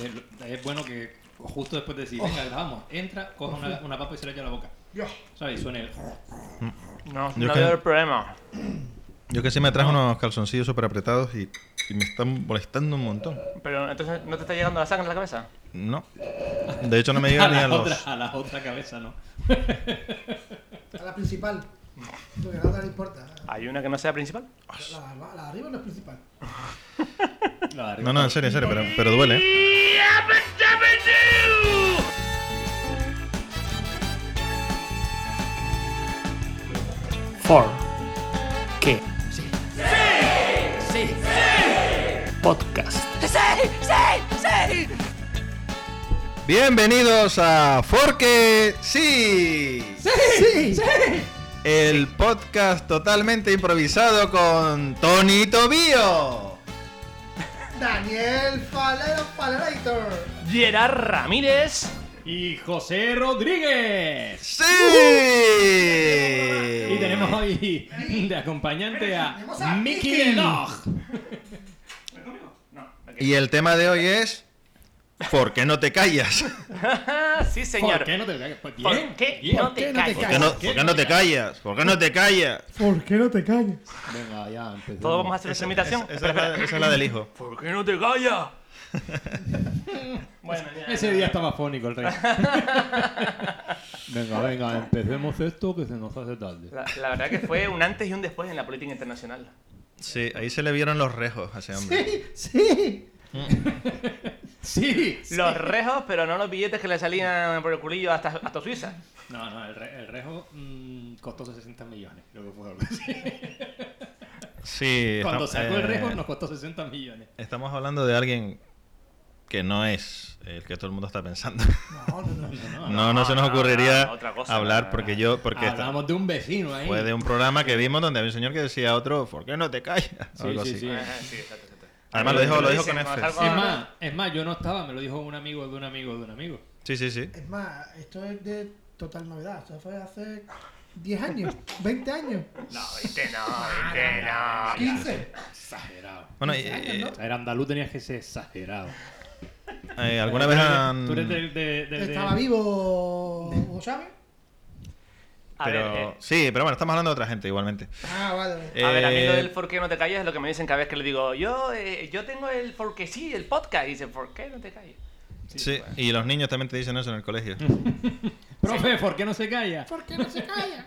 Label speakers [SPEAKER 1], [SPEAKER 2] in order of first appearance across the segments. [SPEAKER 1] eh, es bueno que justo después de decir, venga, vamos, entra, coja una, una papa y se la echa a la boca. ¿Sabes? Y suena el...
[SPEAKER 2] No,
[SPEAKER 3] Yo
[SPEAKER 2] no
[SPEAKER 3] que-
[SPEAKER 2] veo el problema.
[SPEAKER 3] Yo que sí me traje unos calzoncillos súper apretados y, y me están molestando un montón.
[SPEAKER 2] Pero entonces, ¿no te está llegando la sangre en la cabeza?
[SPEAKER 3] No. De hecho, no me
[SPEAKER 1] A
[SPEAKER 3] llegan ni a
[SPEAKER 1] la,
[SPEAKER 3] los.
[SPEAKER 1] otra, a la otra cabeza, ¿no?
[SPEAKER 4] A la principal. Porque a la otra no importa.
[SPEAKER 2] ¿Hay una que no sea principal?
[SPEAKER 4] La, barba- la de arriba no es principal.
[SPEAKER 1] La de arriba.
[SPEAKER 3] No, no, en serio, en serio, pero, pero duele. ¿eh?
[SPEAKER 5] For qué? Sí. Podcast.
[SPEAKER 3] Bienvenidos a Forque sí. Sí, El podcast totalmente improvisado con Tony Tobío.
[SPEAKER 4] Daniel Falero Falerator.
[SPEAKER 2] Gerard Ramírez.
[SPEAKER 1] Y José Rodríguez.
[SPEAKER 3] Sí.
[SPEAKER 1] Y tenemos hoy de acompañante a
[SPEAKER 4] Tenemos a
[SPEAKER 1] Mickey
[SPEAKER 4] Mickey.
[SPEAKER 1] Denog.
[SPEAKER 2] No. ok.
[SPEAKER 3] Y el tema de hoy es ¿Por qué no te callas?
[SPEAKER 2] sí,
[SPEAKER 1] ¿Por
[SPEAKER 2] señor.
[SPEAKER 1] qué no te callas? Pues
[SPEAKER 2] ¿Por
[SPEAKER 1] bien,
[SPEAKER 2] qué
[SPEAKER 1] bien.
[SPEAKER 2] no te callas?
[SPEAKER 3] ¿Por qué no, por qué no te callas? ¿Por qué no te callas?
[SPEAKER 4] ¿Por qué no te callas?
[SPEAKER 1] Venga, ya empezamos.
[SPEAKER 2] Todos vamos a hacer esa imitación.
[SPEAKER 3] Esa,
[SPEAKER 2] Espera,
[SPEAKER 3] es la,
[SPEAKER 2] espera.
[SPEAKER 3] esa es la del hijo.
[SPEAKER 2] ¿Por qué no te callas? bueno, ya.
[SPEAKER 1] Ese día estaba fónico el rey. venga, venga, empecemos esto que se nos hace tarde.
[SPEAKER 2] La, la verdad que fue un antes y un después en la política internacional.
[SPEAKER 3] Sí, ahí se le vieron los rejos a ese hombre.
[SPEAKER 4] Sí, sí.
[SPEAKER 1] ¡Sí! sí.
[SPEAKER 2] Los rejos, pero no los billetes que le salían por el culillo hasta, hasta Suiza.
[SPEAKER 1] No, no, el, re- el rejo mm, costó 60 millones, creo que fue algo así.
[SPEAKER 3] Sí.
[SPEAKER 1] Cuando
[SPEAKER 3] estamos-
[SPEAKER 1] sacó el
[SPEAKER 3] eh,
[SPEAKER 1] rejo nos costó 60 millones.
[SPEAKER 3] Estamos hablando de alguien que no es el que todo el mundo está pensando.
[SPEAKER 4] No, no, no.
[SPEAKER 1] No, no,
[SPEAKER 3] No, no se nos
[SPEAKER 2] no,
[SPEAKER 3] ocurriría
[SPEAKER 2] no, otra cosa,
[SPEAKER 3] hablar
[SPEAKER 2] no, no,
[SPEAKER 3] porque
[SPEAKER 2] no.
[SPEAKER 3] yo porque esta-
[SPEAKER 1] Hablamos de un vecino ahí.
[SPEAKER 3] fue de un programa que vimos donde había un señor que decía a otro, ¿por qué no te callas?
[SPEAKER 1] Sí,
[SPEAKER 3] Algo
[SPEAKER 1] sí,
[SPEAKER 3] así.
[SPEAKER 1] sí.
[SPEAKER 2] Ajá, Ah, sí, exacto, exacto.
[SPEAKER 3] Además lo dijo, lo dijo con
[SPEAKER 2] Dicen,
[SPEAKER 3] F.
[SPEAKER 2] algo-
[SPEAKER 1] Es más, es más, yo no estaba, me lo dijo un amigo de un amigo de un amigo.
[SPEAKER 3] Sí, sí, sí.
[SPEAKER 4] Es más, esto es de total novedad. Esto fue hace 10 años, 20 años,
[SPEAKER 2] No, viste, no, viste, no.
[SPEAKER 4] 15.
[SPEAKER 1] Exagerado.
[SPEAKER 3] Bueno, y-
[SPEAKER 4] Años, ¿no?
[SPEAKER 3] y-
[SPEAKER 1] Era andaluz tenías que ser exagerado.
[SPEAKER 3] eh, alguna vez
[SPEAKER 1] Tú eres-
[SPEAKER 3] han
[SPEAKER 1] Tú eres del... De, de- de-
[SPEAKER 4] Estaba vivo, ¿o ¿sabes?
[SPEAKER 2] A
[SPEAKER 3] pero
[SPEAKER 2] ver, eh,
[SPEAKER 3] sí, pero bueno, estamos hablando de otra gente igualmente.
[SPEAKER 4] Ah, vale. vale.
[SPEAKER 2] A ver, a mí lo
[SPEAKER 3] Eh,
[SPEAKER 2] del por qué no te calles es lo que me dicen cada vez que le digo, yo, eh, yo tengo el por qué sí, el podcast, y dice, ¿por qué no te calles? pues,
[SPEAKER 3] Sí, y los niños también te dicen eso en el colegio.
[SPEAKER 1] Profe, ¿por qué no se calla?
[SPEAKER 4] ¿Por qué no se calla?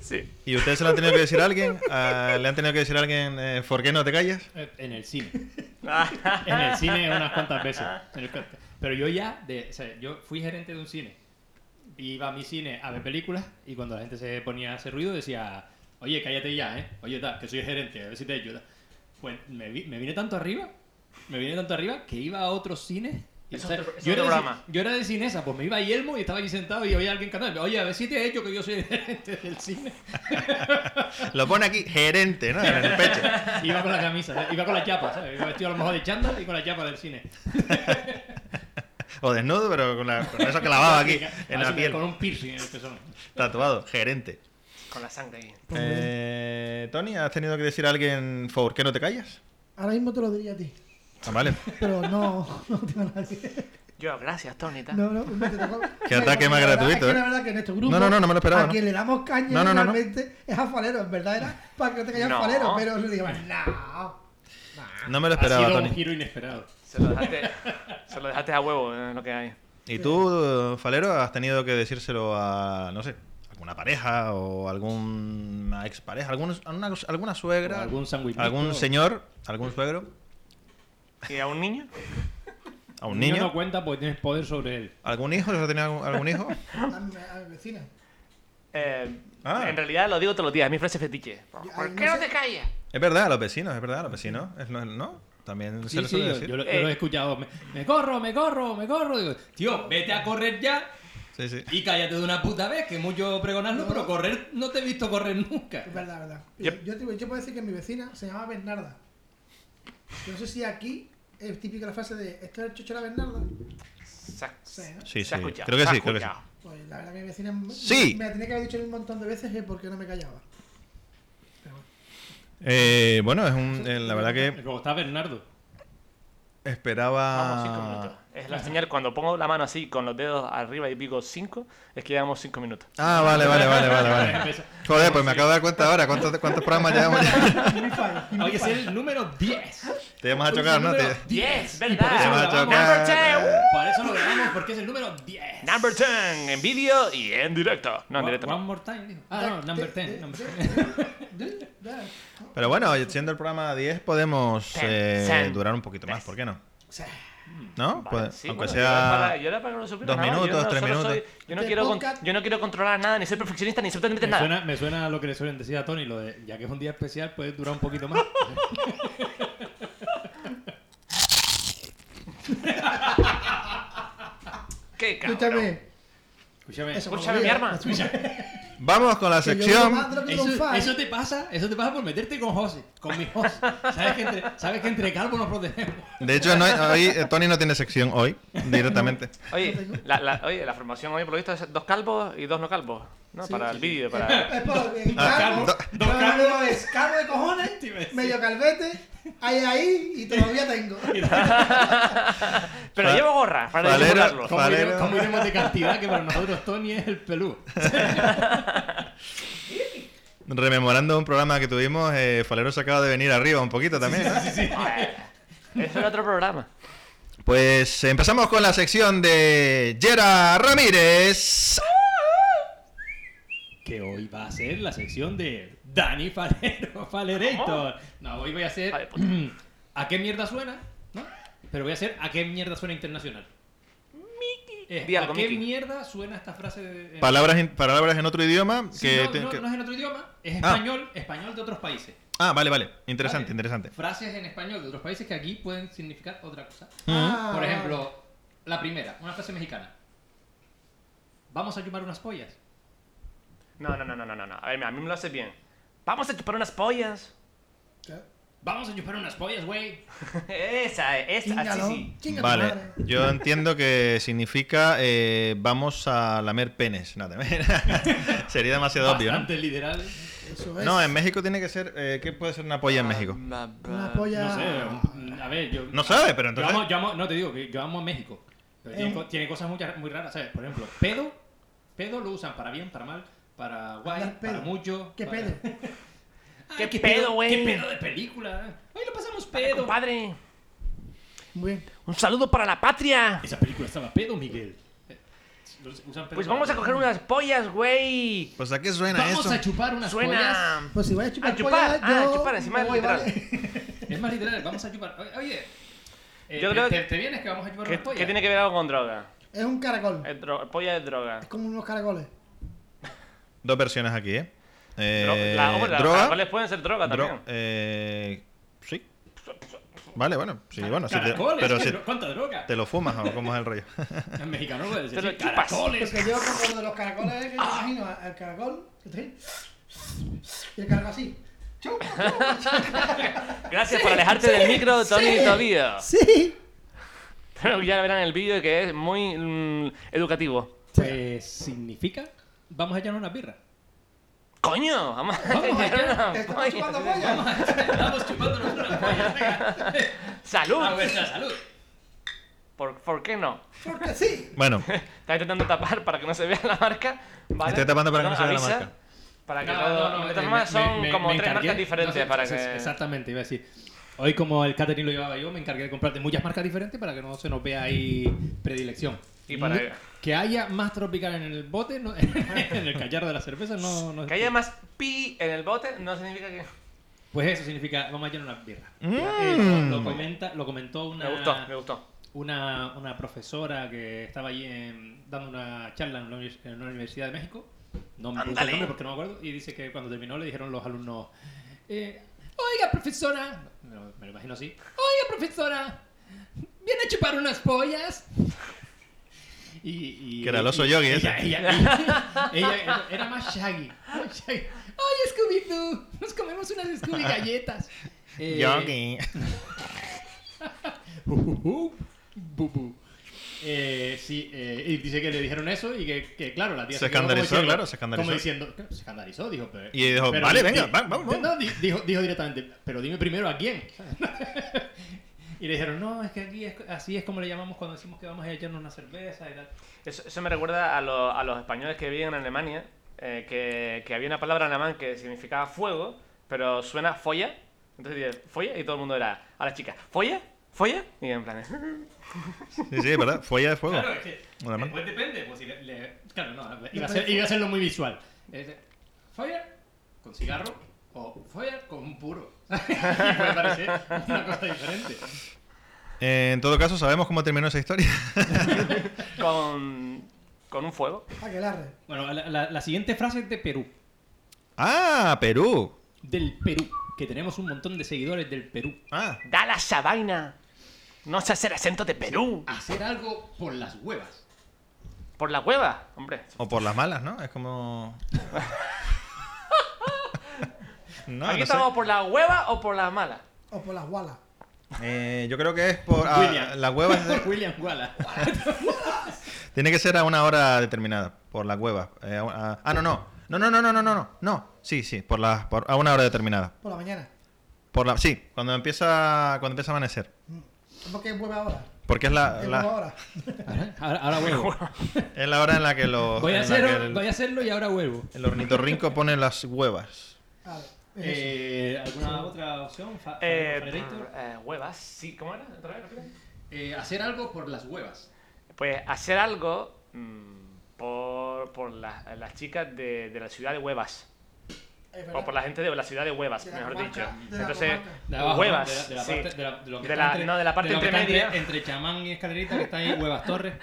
[SPEAKER 2] Sí.
[SPEAKER 3] ¿Y ustedes se lo han tenido que decir a alguien? ¿A- ¿Le han tenido que decir a alguien eh, por qué no te callas?
[SPEAKER 1] Eh, En el cine. En el cine unas cuantas veces. en el corte. Pero yo ya, de, o sea, yo fui gerente de un cine. Iba a mi cine a ver películas y cuando la gente se ponía a hacer ruido decía, oye, cállate ya, ¿eh? Oye, tal, que soy gerente, a ver si te ayuda. Pues me, vi- me vine tanto arriba, me vine tanto arriba que iba a otros cines. y,
[SPEAKER 2] Es
[SPEAKER 1] o sea,
[SPEAKER 2] otro- es
[SPEAKER 1] yo, era
[SPEAKER 2] otro
[SPEAKER 1] de,
[SPEAKER 2] programa.
[SPEAKER 1] yo era de cinesa, pues me iba a Yelmo y estaba allí sentado y oía a alguien cantar. Oye, a ver si te he hecho que yo soy gerente del cine.
[SPEAKER 3] Lo pone aquí, gerente, ¿no? En el pecho.
[SPEAKER 1] Iba con la camisa, ¿sabes? iba con la chapa, ¿sabes? Iba vestido a lo mejor de chándal y con la chapa del cine.
[SPEAKER 3] O desnudo, pero con, la, con eso clavado aquí, en
[SPEAKER 1] Así,
[SPEAKER 3] la piel.
[SPEAKER 1] Con un piercing en el pezón.
[SPEAKER 3] Tatuado, gerente.
[SPEAKER 2] Con la sangre ahí.
[SPEAKER 3] Eh, Tony, ¿has tenido que decir a alguien por qué no te callas?
[SPEAKER 4] Ahora mismo te lo diría a ti,
[SPEAKER 3] Ah, vale.
[SPEAKER 4] pero no, no tengo nada que decir.
[SPEAKER 2] Yo, gracias, Tony. tal.
[SPEAKER 4] No, no, no te tocó.
[SPEAKER 3] Qué ataque más
[SPEAKER 4] La verdad
[SPEAKER 3] gratuito,
[SPEAKER 4] es
[SPEAKER 3] ¿eh?
[SPEAKER 4] que la verdad que en este grupo.
[SPEAKER 3] No, no, no, no me lo esperaba,
[SPEAKER 4] A
[SPEAKER 3] ¿no?
[SPEAKER 4] quien le damos caña
[SPEAKER 3] No, no, no, no.
[SPEAKER 4] realmente es a Falero. En verdad era para que no te callas
[SPEAKER 2] No.
[SPEAKER 4] Falero, pero le digo, no.
[SPEAKER 3] No me lo
[SPEAKER 1] Ha sido
[SPEAKER 3] esperaba,
[SPEAKER 1] un
[SPEAKER 3] Tony.
[SPEAKER 1] giro inesperado.
[SPEAKER 2] Se, lo dejaste, se lo dejaste a huevo eh, lo que hay.
[SPEAKER 3] ¿Y tú, Falero, has tenido que decírselo a, no sé, alguna pareja o alguna expareja, alguna, alguna, alguna
[SPEAKER 1] O
[SPEAKER 3] suegra,
[SPEAKER 1] algún sándwichito.
[SPEAKER 3] algún señor, algún suegro,
[SPEAKER 2] ¿Y a un niño?
[SPEAKER 3] a un
[SPEAKER 1] niño no
[SPEAKER 3] niño?
[SPEAKER 1] cuenta porque tienes poder sobre él.
[SPEAKER 3] ¿Algún hijo? ¿Se ha tenido algún- algún hijo?
[SPEAKER 4] A mi, a mi vecina.
[SPEAKER 2] Eh,
[SPEAKER 3] Ah.
[SPEAKER 2] En realidad lo digo todos los días, es mi frase fetiche. ¿Por
[SPEAKER 4] no
[SPEAKER 2] qué no
[SPEAKER 4] sé.
[SPEAKER 2] te calles?
[SPEAKER 3] Es verdad, a los vecinos, es verdad, a los vecinos. Es, no, no, también se
[SPEAKER 1] Sí,
[SPEAKER 3] les
[SPEAKER 1] sí,
[SPEAKER 3] suele
[SPEAKER 1] yo,
[SPEAKER 3] decir.
[SPEAKER 1] yo lo, yo
[SPEAKER 2] Eh.
[SPEAKER 1] lo he escuchado. Me, me corro, me corro, me corro. Digo, tío, vete a correr ya
[SPEAKER 3] Sí, sí.
[SPEAKER 1] y cállate de una puta vez, que mucho pregonarlo, pero correr no te he visto correr nunca.
[SPEAKER 4] Es verdad, es verdad.
[SPEAKER 2] Yep.
[SPEAKER 4] Yo, te- yo puedo decir que mi vecina se llamaba Bernarda. Yo no sé si aquí es típica la frase de ¿esto es el chocho de la Bernarda?
[SPEAKER 2] Se ha-
[SPEAKER 4] Sí, ¿no?
[SPEAKER 3] Sí,
[SPEAKER 2] se ha
[SPEAKER 3] sí.
[SPEAKER 2] escuchado,
[SPEAKER 3] Creo que
[SPEAKER 2] se ha
[SPEAKER 3] sí, creo que sí.
[SPEAKER 2] escuchado.
[SPEAKER 4] Pues la verdad que mi vecina me-
[SPEAKER 3] Sí.
[SPEAKER 4] me la tenía que haber dicho un montón de veces eh, porque no me callaba.
[SPEAKER 3] Eh, bueno, es un, eh, la verdad que
[SPEAKER 1] Como está Bernardo.
[SPEAKER 3] Esperaba.
[SPEAKER 2] Vamos, cinco minutos. Es la señal cuando pongo la mano así con los dedos arriba y digo 5, es que llevamos 5 minutos.
[SPEAKER 3] Ah, vale, vale, vale, vale, vale.
[SPEAKER 1] Empezó.
[SPEAKER 3] Joder, pues me acabo de dar cuenta ahora. ¿Cuántos, cuántos programas llevamos ya?
[SPEAKER 4] Mi fallo.
[SPEAKER 1] Hay que ser el número 10.
[SPEAKER 3] Te vas a chocar, ¿no? Te,
[SPEAKER 1] Número 10,
[SPEAKER 2] Yes,
[SPEAKER 1] y por
[SPEAKER 3] te
[SPEAKER 1] eso
[SPEAKER 3] vas a
[SPEAKER 1] lo
[SPEAKER 3] chocar.
[SPEAKER 1] grabamos.
[SPEAKER 2] Number 10, woo.
[SPEAKER 1] Por eso lo grabamos, porque es el número 10.
[SPEAKER 2] Number 10, en vídeo y en directo. No, en
[SPEAKER 1] One,
[SPEAKER 2] directo
[SPEAKER 1] one
[SPEAKER 2] no.
[SPEAKER 1] more time, dijo. Ah, no, number 10. Number 10.
[SPEAKER 3] Pero bueno, siendo el programa 10, podemos
[SPEAKER 2] Ten,
[SPEAKER 3] eh,
[SPEAKER 2] ten,
[SPEAKER 3] durar un poquito más,
[SPEAKER 2] tres.
[SPEAKER 3] ¿por qué no? ¿No?
[SPEAKER 2] Vale,
[SPEAKER 3] Puede-
[SPEAKER 2] sí,
[SPEAKER 3] aunque
[SPEAKER 2] bueno, yo era
[SPEAKER 3] sea.
[SPEAKER 2] para- yo era para que lo supieras,
[SPEAKER 3] dos
[SPEAKER 2] nada más, yo
[SPEAKER 3] minutos,
[SPEAKER 2] no-
[SPEAKER 3] tres
[SPEAKER 2] solo
[SPEAKER 3] minutos.
[SPEAKER 2] soy- yo, no
[SPEAKER 4] Este
[SPEAKER 2] quiero con-
[SPEAKER 4] podcast-
[SPEAKER 2] yo no quiero controlar nada, ni ser perfeccionista, ni absolutamente
[SPEAKER 1] Me
[SPEAKER 2] nada.
[SPEAKER 1] suena, me suena a lo que le suelen decir a Tony, lo de ya que es un día especial, puede durar un poquito más.
[SPEAKER 2] Qué cabrón.
[SPEAKER 4] Escúchame.
[SPEAKER 1] Escúchame.
[SPEAKER 4] Eso,
[SPEAKER 2] Escúchame,
[SPEAKER 4] como
[SPEAKER 2] mi
[SPEAKER 4] diga,
[SPEAKER 2] arma.
[SPEAKER 4] escúchame.
[SPEAKER 3] Vamos con la
[SPEAKER 4] Que yo digo más
[SPEAKER 3] sección.
[SPEAKER 4] de lo que digo un
[SPEAKER 1] Eso,
[SPEAKER 4] fan.
[SPEAKER 1] eso te pasa, eso te pasa por meterte con José, con mi José. Sabes que entre, sabes que entre calvos nos protegemos.
[SPEAKER 3] De hecho, no, hay- hoy, eh, Tony no tiene sección hoy, directamente.
[SPEAKER 2] Oye la, la- oye, la formación hoy por lo visto es dos calvos y dos no calvos. ¿no?
[SPEAKER 4] Sí,
[SPEAKER 2] para
[SPEAKER 4] sí,
[SPEAKER 2] el
[SPEAKER 4] sí.
[SPEAKER 2] vídeo,
[SPEAKER 4] Es-
[SPEAKER 2] para...
[SPEAKER 4] es por- en
[SPEAKER 3] Ah,
[SPEAKER 4] calvo.
[SPEAKER 3] dos-
[SPEAKER 4] No,
[SPEAKER 1] dos
[SPEAKER 4] no, no,
[SPEAKER 1] calvos.
[SPEAKER 4] es calvo de
[SPEAKER 1] Te iba a
[SPEAKER 4] cojones,
[SPEAKER 1] decir.
[SPEAKER 4] medio calvete, ahí, ahí, y todavía tengo.
[SPEAKER 2] Pero
[SPEAKER 3] Fa-
[SPEAKER 2] llevo gorra, para
[SPEAKER 3] Valero-
[SPEAKER 2] disimularlo.
[SPEAKER 3] Fa-
[SPEAKER 1] ¿Cómo
[SPEAKER 3] Valero.
[SPEAKER 1] iremos, cómo iremos de cantidad? Que para nosotros Tony es el pelú.
[SPEAKER 3] Rememorando un programa que tuvimos, eh, Falero se acaba de venir arriba un poquito también. ¿no?
[SPEAKER 2] Eso era otro programa.
[SPEAKER 3] Pues empezamos con la sección de Yera Ramírez.
[SPEAKER 1] Que hoy va a ser la sección de Dani Falero, Falerator. No, hoy voy a hacer
[SPEAKER 2] Vale, pues. puta.
[SPEAKER 1] ¿A qué mierda suena? ¿No? Pero voy a hacer ¿A qué mierda suena internacional? Eh,
[SPEAKER 2] Di
[SPEAKER 1] ¿A
[SPEAKER 2] algo,
[SPEAKER 1] qué
[SPEAKER 2] Miki.
[SPEAKER 1] mierda suena esta frase de, en-
[SPEAKER 3] Palabras en, palabras en otro idioma.
[SPEAKER 1] Sí,
[SPEAKER 3] que
[SPEAKER 1] no,
[SPEAKER 3] te-
[SPEAKER 1] no,
[SPEAKER 3] que-
[SPEAKER 1] no es en otro idioma, es
[SPEAKER 3] Ah.
[SPEAKER 1] español, español de otros países.
[SPEAKER 3] Ah, vale, vale. Interesante,
[SPEAKER 1] Vale.
[SPEAKER 3] interesante.
[SPEAKER 1] Frases en español de otros países que aquí pueden significar otra cosa.
[SPEAKER 4] Ah,
[SPEAKER 1] Por ejemplo, la primera, una frase mexicana. Vamos a chupar unas pollas.
[SPEAKER 2] No, no, no, no, no, no, no. A ver, a mí me lo hace bien. Vamos a chupar unas pollas.
[SPEAKER 1] Vamos a chupar unas pollas, güey.
[SPEAKER 2] Esa, esa,
[SPEAKER 1] Ah,
[SPEAKER 2] así
[SPEAKER 4] Chingalo,
[SPEAKER 2] sí.
[SPEAKER 4] chinga tu
[SPEAKER 3] Mm. Vale,
[SPEAKER 4] madre.
[SPEAKER 3] yo entiendo que significa eh, vamos a lamer penes. No, también- sería demasiado obvio, ¿no?
[SPEAKER 1] Bastante literal.
[SPEAKER 4] Eso es.
[SPEAKER 3] No, en México tiene que ser. eh, ¿Qué puede ser una
[SPEAKER 1] Ah,
[SPEAKER 3] polla en México?
[SPEAKER 4] Una polla.
[SPEAKER 1] No sé, un- a ver, yo...
[SPEAKER 3] No sabe, pero entonces.
[SPEAKER 1] Yo amo, yo amo- no te digo que yo amo a México. Pero tiene,
[SPEAKER 4] Eh.
[SPEAKER 1] co- tiene cosas muy, muy raras, ¿sabes? Por ejemplo, pedo. Pedo lo usan para bien, para mal, para guay,
[SPEAKER 4] Hablar pedo.
[SPEAKER 1] para mucho.
[SPEAKER 4] ¿Qué
[SPEAKER 1] para-
[SPEAKER 4] pedo?
[SPEAKER 1] Ay,
[SPEAKER 2] ¿Qué pedo, güey?
[SPEAKER 1] ¿Qué pedo de película? Hoy lo pasamos pedo.
[SPEAKER 2] Compadre,
[SPEAKER 4] Muy bien.
[SPEAKER 2] un saludo para la patria.
[SPEAKER 1] Esa película estaba pedo, Miguel. Eh, lo usan pedo
[SPEAKER 2] Pues
[SPEAKER 1] para-
[SPEAKER 2] vamos a coger unas pollas, güey.
[SPEAKER 3] Pues a qué suena
[SPEAKER 1] Vamos
[SPEAKER 3] eso.
[SPEAKER 1] a chupar unas
[SPEAKER 2] Suena.
[SPEAKER 4] Pues si voy a chupar
[SPEAKER 2] A
[SPEAKER 4] polla,
[SPEAKER 2] chupar, ah,
[SPEAKER 4] yo
[SPEAKER 2] a chupar, encima
[SPEAKER 4] me
[SPEAKER 2] es
[SPEAKER 4] voy,
[SPEAKER 2] literal.
[SPEAKER 4] ¿vale?
[SPEAKER 1] pollas. Es más literal, vamos a chupar. Oye, Oye, eh,
[SPEAKER 2] Yo
[SPEAKER 1] te,
[SPEAKER 2] creo
[SPEAKER 1] te-
[SPEAKER 2] que-
[SPEAKER 1] te vienes que vamos a chupar
[SPEAKER 2] ¿Qué,
[SPEAKER 1] unas pollas.
[SPEAKER 2] qué tiene que ver algo con droga?
[SPEAKER 4] Es un caracol.
[SPEAKER 2] Eh, dro- polla es droga.
[SPEAKER 4] Es como unos caracoles.
[SPEAKER 3] Dos versiones aquí, ¿eh?
[SPEAKER 2] Dro-
[SPEAKER 3] Eh,
[SPEAKER 2] la- ah, hombre, las
[SPEAKER 3] droga.
[SPEAKER 2] caracoles pueden ser droga
[SPEAKER 3] dro-
[SPEAKER 2] también.
[SPEAKER 3] eh, sí. Vale, bueno, sí, bueno. sí te-
[SPEAKER 1] Caracoles,
[SPEAKER 3] pero si
[SPEAKER 1] ¿cuánta droga?
[SPEAKER 3] te lo fumas o cómo es el rollo.
[SPEAKER 1] En mexicano puede decir
[SPEAKER 2] Te lo
[SPEAKER 1] sí,
[SPEAKER 2] chupas.
[SPEAKER 1] caracoles.
[SPEAKER 4] Porque Pues yo como lo de los caracoles que me imagino al caracol. que está ahí, Y el caracol así. Chupa, chupa,
[SPEAKER 2] Gracias por alejarte del micro, Tony
[SPEAKER 4] sí.
[SPEAKER 2] Tobío.
[SPEAKER 4] Sí.
[SPEAKER 2] Pero ya verán el vídeo que es muy mm, educativo.
[SPEAKER 1] Pues significa vamos a echar una birra.
[SPEAKER 2] ¡Coño! Vamos a
[SPEAKER 1] Vamos allá.
[SPEAKER 2] una
[SPEAKER 4] Estamos chupando
[SPEAKER 2] polla.
[SPEAKER 4] polla.
[SPEAKER 1] Estamos chupándonos una polla, venga. A
[SPEAKER 2] ¡Salud!
[SPEAKER 1] vuestra salud.
[SPEAKER 2] ¿Por, por qué no?
[SPEAKER 4] Porque sí.
[SPEAKER 3] Bueno,
[SPEAKER 2] Está intentando tapar para que no se vea la marca. ¿vale?
[SPEAKER 3] Estoy tapando para que no se vea la
[SPEAKER 2] avisa,
[SPEAKER 3] marca.
[SPEAKER 2] Para que
[SPEAKER 1] No,
[SPEAKER 2] no,
[SPEAKER 1] no, no,
[SPEAKER 2] de
[SPEAKER 1] eh,
[SPEAKER 2] todas
[SPEAKER 1] me-
[SPEAKER 2] formas son
[SPEAKER 1] me- me-
[SPEAKER 2] como
[SPEAKER 1] me
[SPEAKER 2] tres
[SPEAKER 1] encargué-
[SPEAKER 2] marcas diferentes
[SPEAKER 1] no, sí,
[SPEAKER 2] para
[SPEAKER 1] sí,
[SPEAKER 2] que.
[SPEAKER 1] Exactamente, iba a decir. Hoy, como el catering lo llevaba yo, me encargué de comprarte muchas marcas diferentes para que no se nos vea ahí predilección.
[SPEAKER 2] Y para-
[SPEAKER 1] No- que haya más tropical en el bote, no- en el callar de las cervezas, no. no
[SPEAKER 2] Que haya más pi en el bote no significa que.
[SPEAKER 1] Pues eso significa, vamos a echar una birra.
[SPEAKER 3] Mm.
[SPEAKER 1] Eh, lo, comenta, lo comentó una.
[SPEAKER 2] Me gustó, me gustó.
[SPEAKER 1] una, una profesora que estaba allí en- dando una charla en una, univers- en una universidad de México. No me acuerdo el
[SPEAKER 2] Ándale.
[SPEAKER 1] nombre porque no me acuerdo. Y dice que cuando terminó le dijeron los alumnos: eh, Oiga, profesora. Me lo, me lo imagino así. Oiga, profesora. ¿Viene a chupar unas pollas? Y, y-
[SPEAKER 3] Que era el
[SPEAKER 1] y-
[SPEAKER 3] oso yogi
[SPEAKER 1] ella-
[SPEAKER 3] ese.
[SPEAKER 1] ella- ella- ella era más shaggy. más shaggy. Oye, Scooby-Doo, nos comemos unas Scooby galletas. Eh,
[SPEAKER 3] Yogi.
[SPEAKER 1] Ujujú, bubu. Eh, sí, eh, y dice que le dijeron eso y que, que, claro, la tía
[SPEAKER 3] Se
[SPEAKER 1] quedó como
[SPEAKER 3] escandalizó,
[SPEAKER 1] diciendo-
[SPEAKER 3] claro, se escandalizó.
[SPEAKER 1] Como diciendo, se escandalizó, dijo. Pero,
[SPEAKER 3] Y dijo, vale,
[SPEAKER 1] di-
[SPEAKER 3] venga,
[SPEAKER 1] di-
[SPEAKER 3] va- vamos, vamos.
[SPEAKER 1] No, di- dijo, dijo directamente, pero dime primero a quién. Y le dijeron, no, es que aquí es- así es como le llamamos cuando decimos que vamos a echarnos una cerveza y tal.
[SPEAKER 2] Eso, eso me recuerda a, lo- a los españoles que vivían en Alemania, eh, que, que había una palabra en alemán que significaba fuego, pero suena folla. Entonces dices, folla, y todo el mundo era, a las chicas, folla, folla, y en plan,
[SPEAKER 3] Sí, sí, ¿verdad? Folla de fuego.
[SPEAKER 1] Claro, es que
[SPEAKER 3] Bueno, man.
[SPEAKER 1] después depende, pues si le, le- claro, no, iba a, ser, iba a hacerlo muy visual. Es de, Fire con cigarro o fire con un puro. Y puede parecer una cosa diferente.
[SPEAKER 3] Eh, en todo caso, sabemos cómo terminó esa historia.
[SPEAKER 2] con, con un fuego.
[SPEAKER 4] Aquelarre.
[SPEAKER 1] Bueno, la, la- la siguiente frase es de Perú,
[SPEAKER 3] ¡Ah! Perú.
[SPEAKER 1] del Perú, que tenemos un montón de seguidores del Perú.
[SPEAKER 3] Ah,
[SPEAKER 2] ¡Dala esa vaina! No sé hacer acento de Perú.
[SPEAKER 1] Hacer algo por las huevas.
[SPEAKER 2] Por la hueva, hombre.
[SPEAKER 3] o por las malas, ¿no? Es como. No,
[SPEAKER 2] Aquí
[SPEAKER 3] no sé.
[SPEAKER 2] estamos por la hueva o por la mala.
[SPEAKER 4] O por las gualas.
[SPEAKER 3] Eh, yo creo que es por. ah,
[SPEAKER 1] William.
[SPEAKER 3] las huevas. de-
[SPEAKER 1] Por William Wallace.
[SPEAKER 3] Tiene que ser a una hora determinada, por las huevas. Eh, a- a- ah, no, no. No, no, no, no, no, no, no. No, sí, sí, por las por, a una hora determinada.
[SPEAKER 4] Por la mañana.
[SPEAKER 3] Por la, sí, cuando empieza cuando empieza a amanecer.
[SPEAKER 4] ¿Por qué vuelve ahora?
[SPEAKER 3] Porque es la,
[SPEAKER 4] Es
[SPEAKER 3] la-
[SPEAKER 4] nueva hora.
[SPEAKER 1] Ahora, ahora huevo.
[SPEAKER 3] es la hora en la que los
[SPEAKER 1] Voy a,
[SPEAKER 3] en la que
[SPEAKER 1] hacer,
[SPEAKER 3] el,
[SPEAKER 1] voy a hacerlo y ahora huevo.
[SPEAKER 3] el ornitorrinco pone las huevas.
[SPEAKER 4] A ver, es eso.
[SPEAKER 1] Eh, ¿Alguna otra opción? Fa-
[SPEAKER 2] Eh,
[SPEAKER 1] Federator?
[SPEAKER 2] brr, eh, huevas, sí, ¿cómo era? ¿Otra vez? repite?
[SPEAKER 1] Eh, hacer algo por las huevas.
[SPEAKER 2] Pues hacer algo mm, por, por la- las chicas de, de la ciudad de huevas.
[SPEAKER 4] Es verdad.
[SPEAKER 2] O por la gente de la ciudad de huevas,
[SPEAKER 4] De la
[SPEAKER 2] mejor dicho.
[SPEAKER 4] comarca, de la
[SPEAKER 2] Entonces,
[SPEAKER 4] comarca.
[SPEAKER 1] De abajo,
[SPEAKER 2] huevas.
[SPEAKER 1] ¿no? De la,
[SPEAKER 2] sí.
[SPEAKER 1] de la parte, de la- de lo que
[SPEAKER 2] De
[SPEAKER 1] está
[SPEAKER 2] la-
[SPEAKER 1] entre-
[SPEAKER 2] no, de la parte
[SPEAKER 1] lo que está
[SPEAKER 2] entremedia.
[SPEAKER 1] Entre, entre chamán y escalerita que está ahí, huevas torres.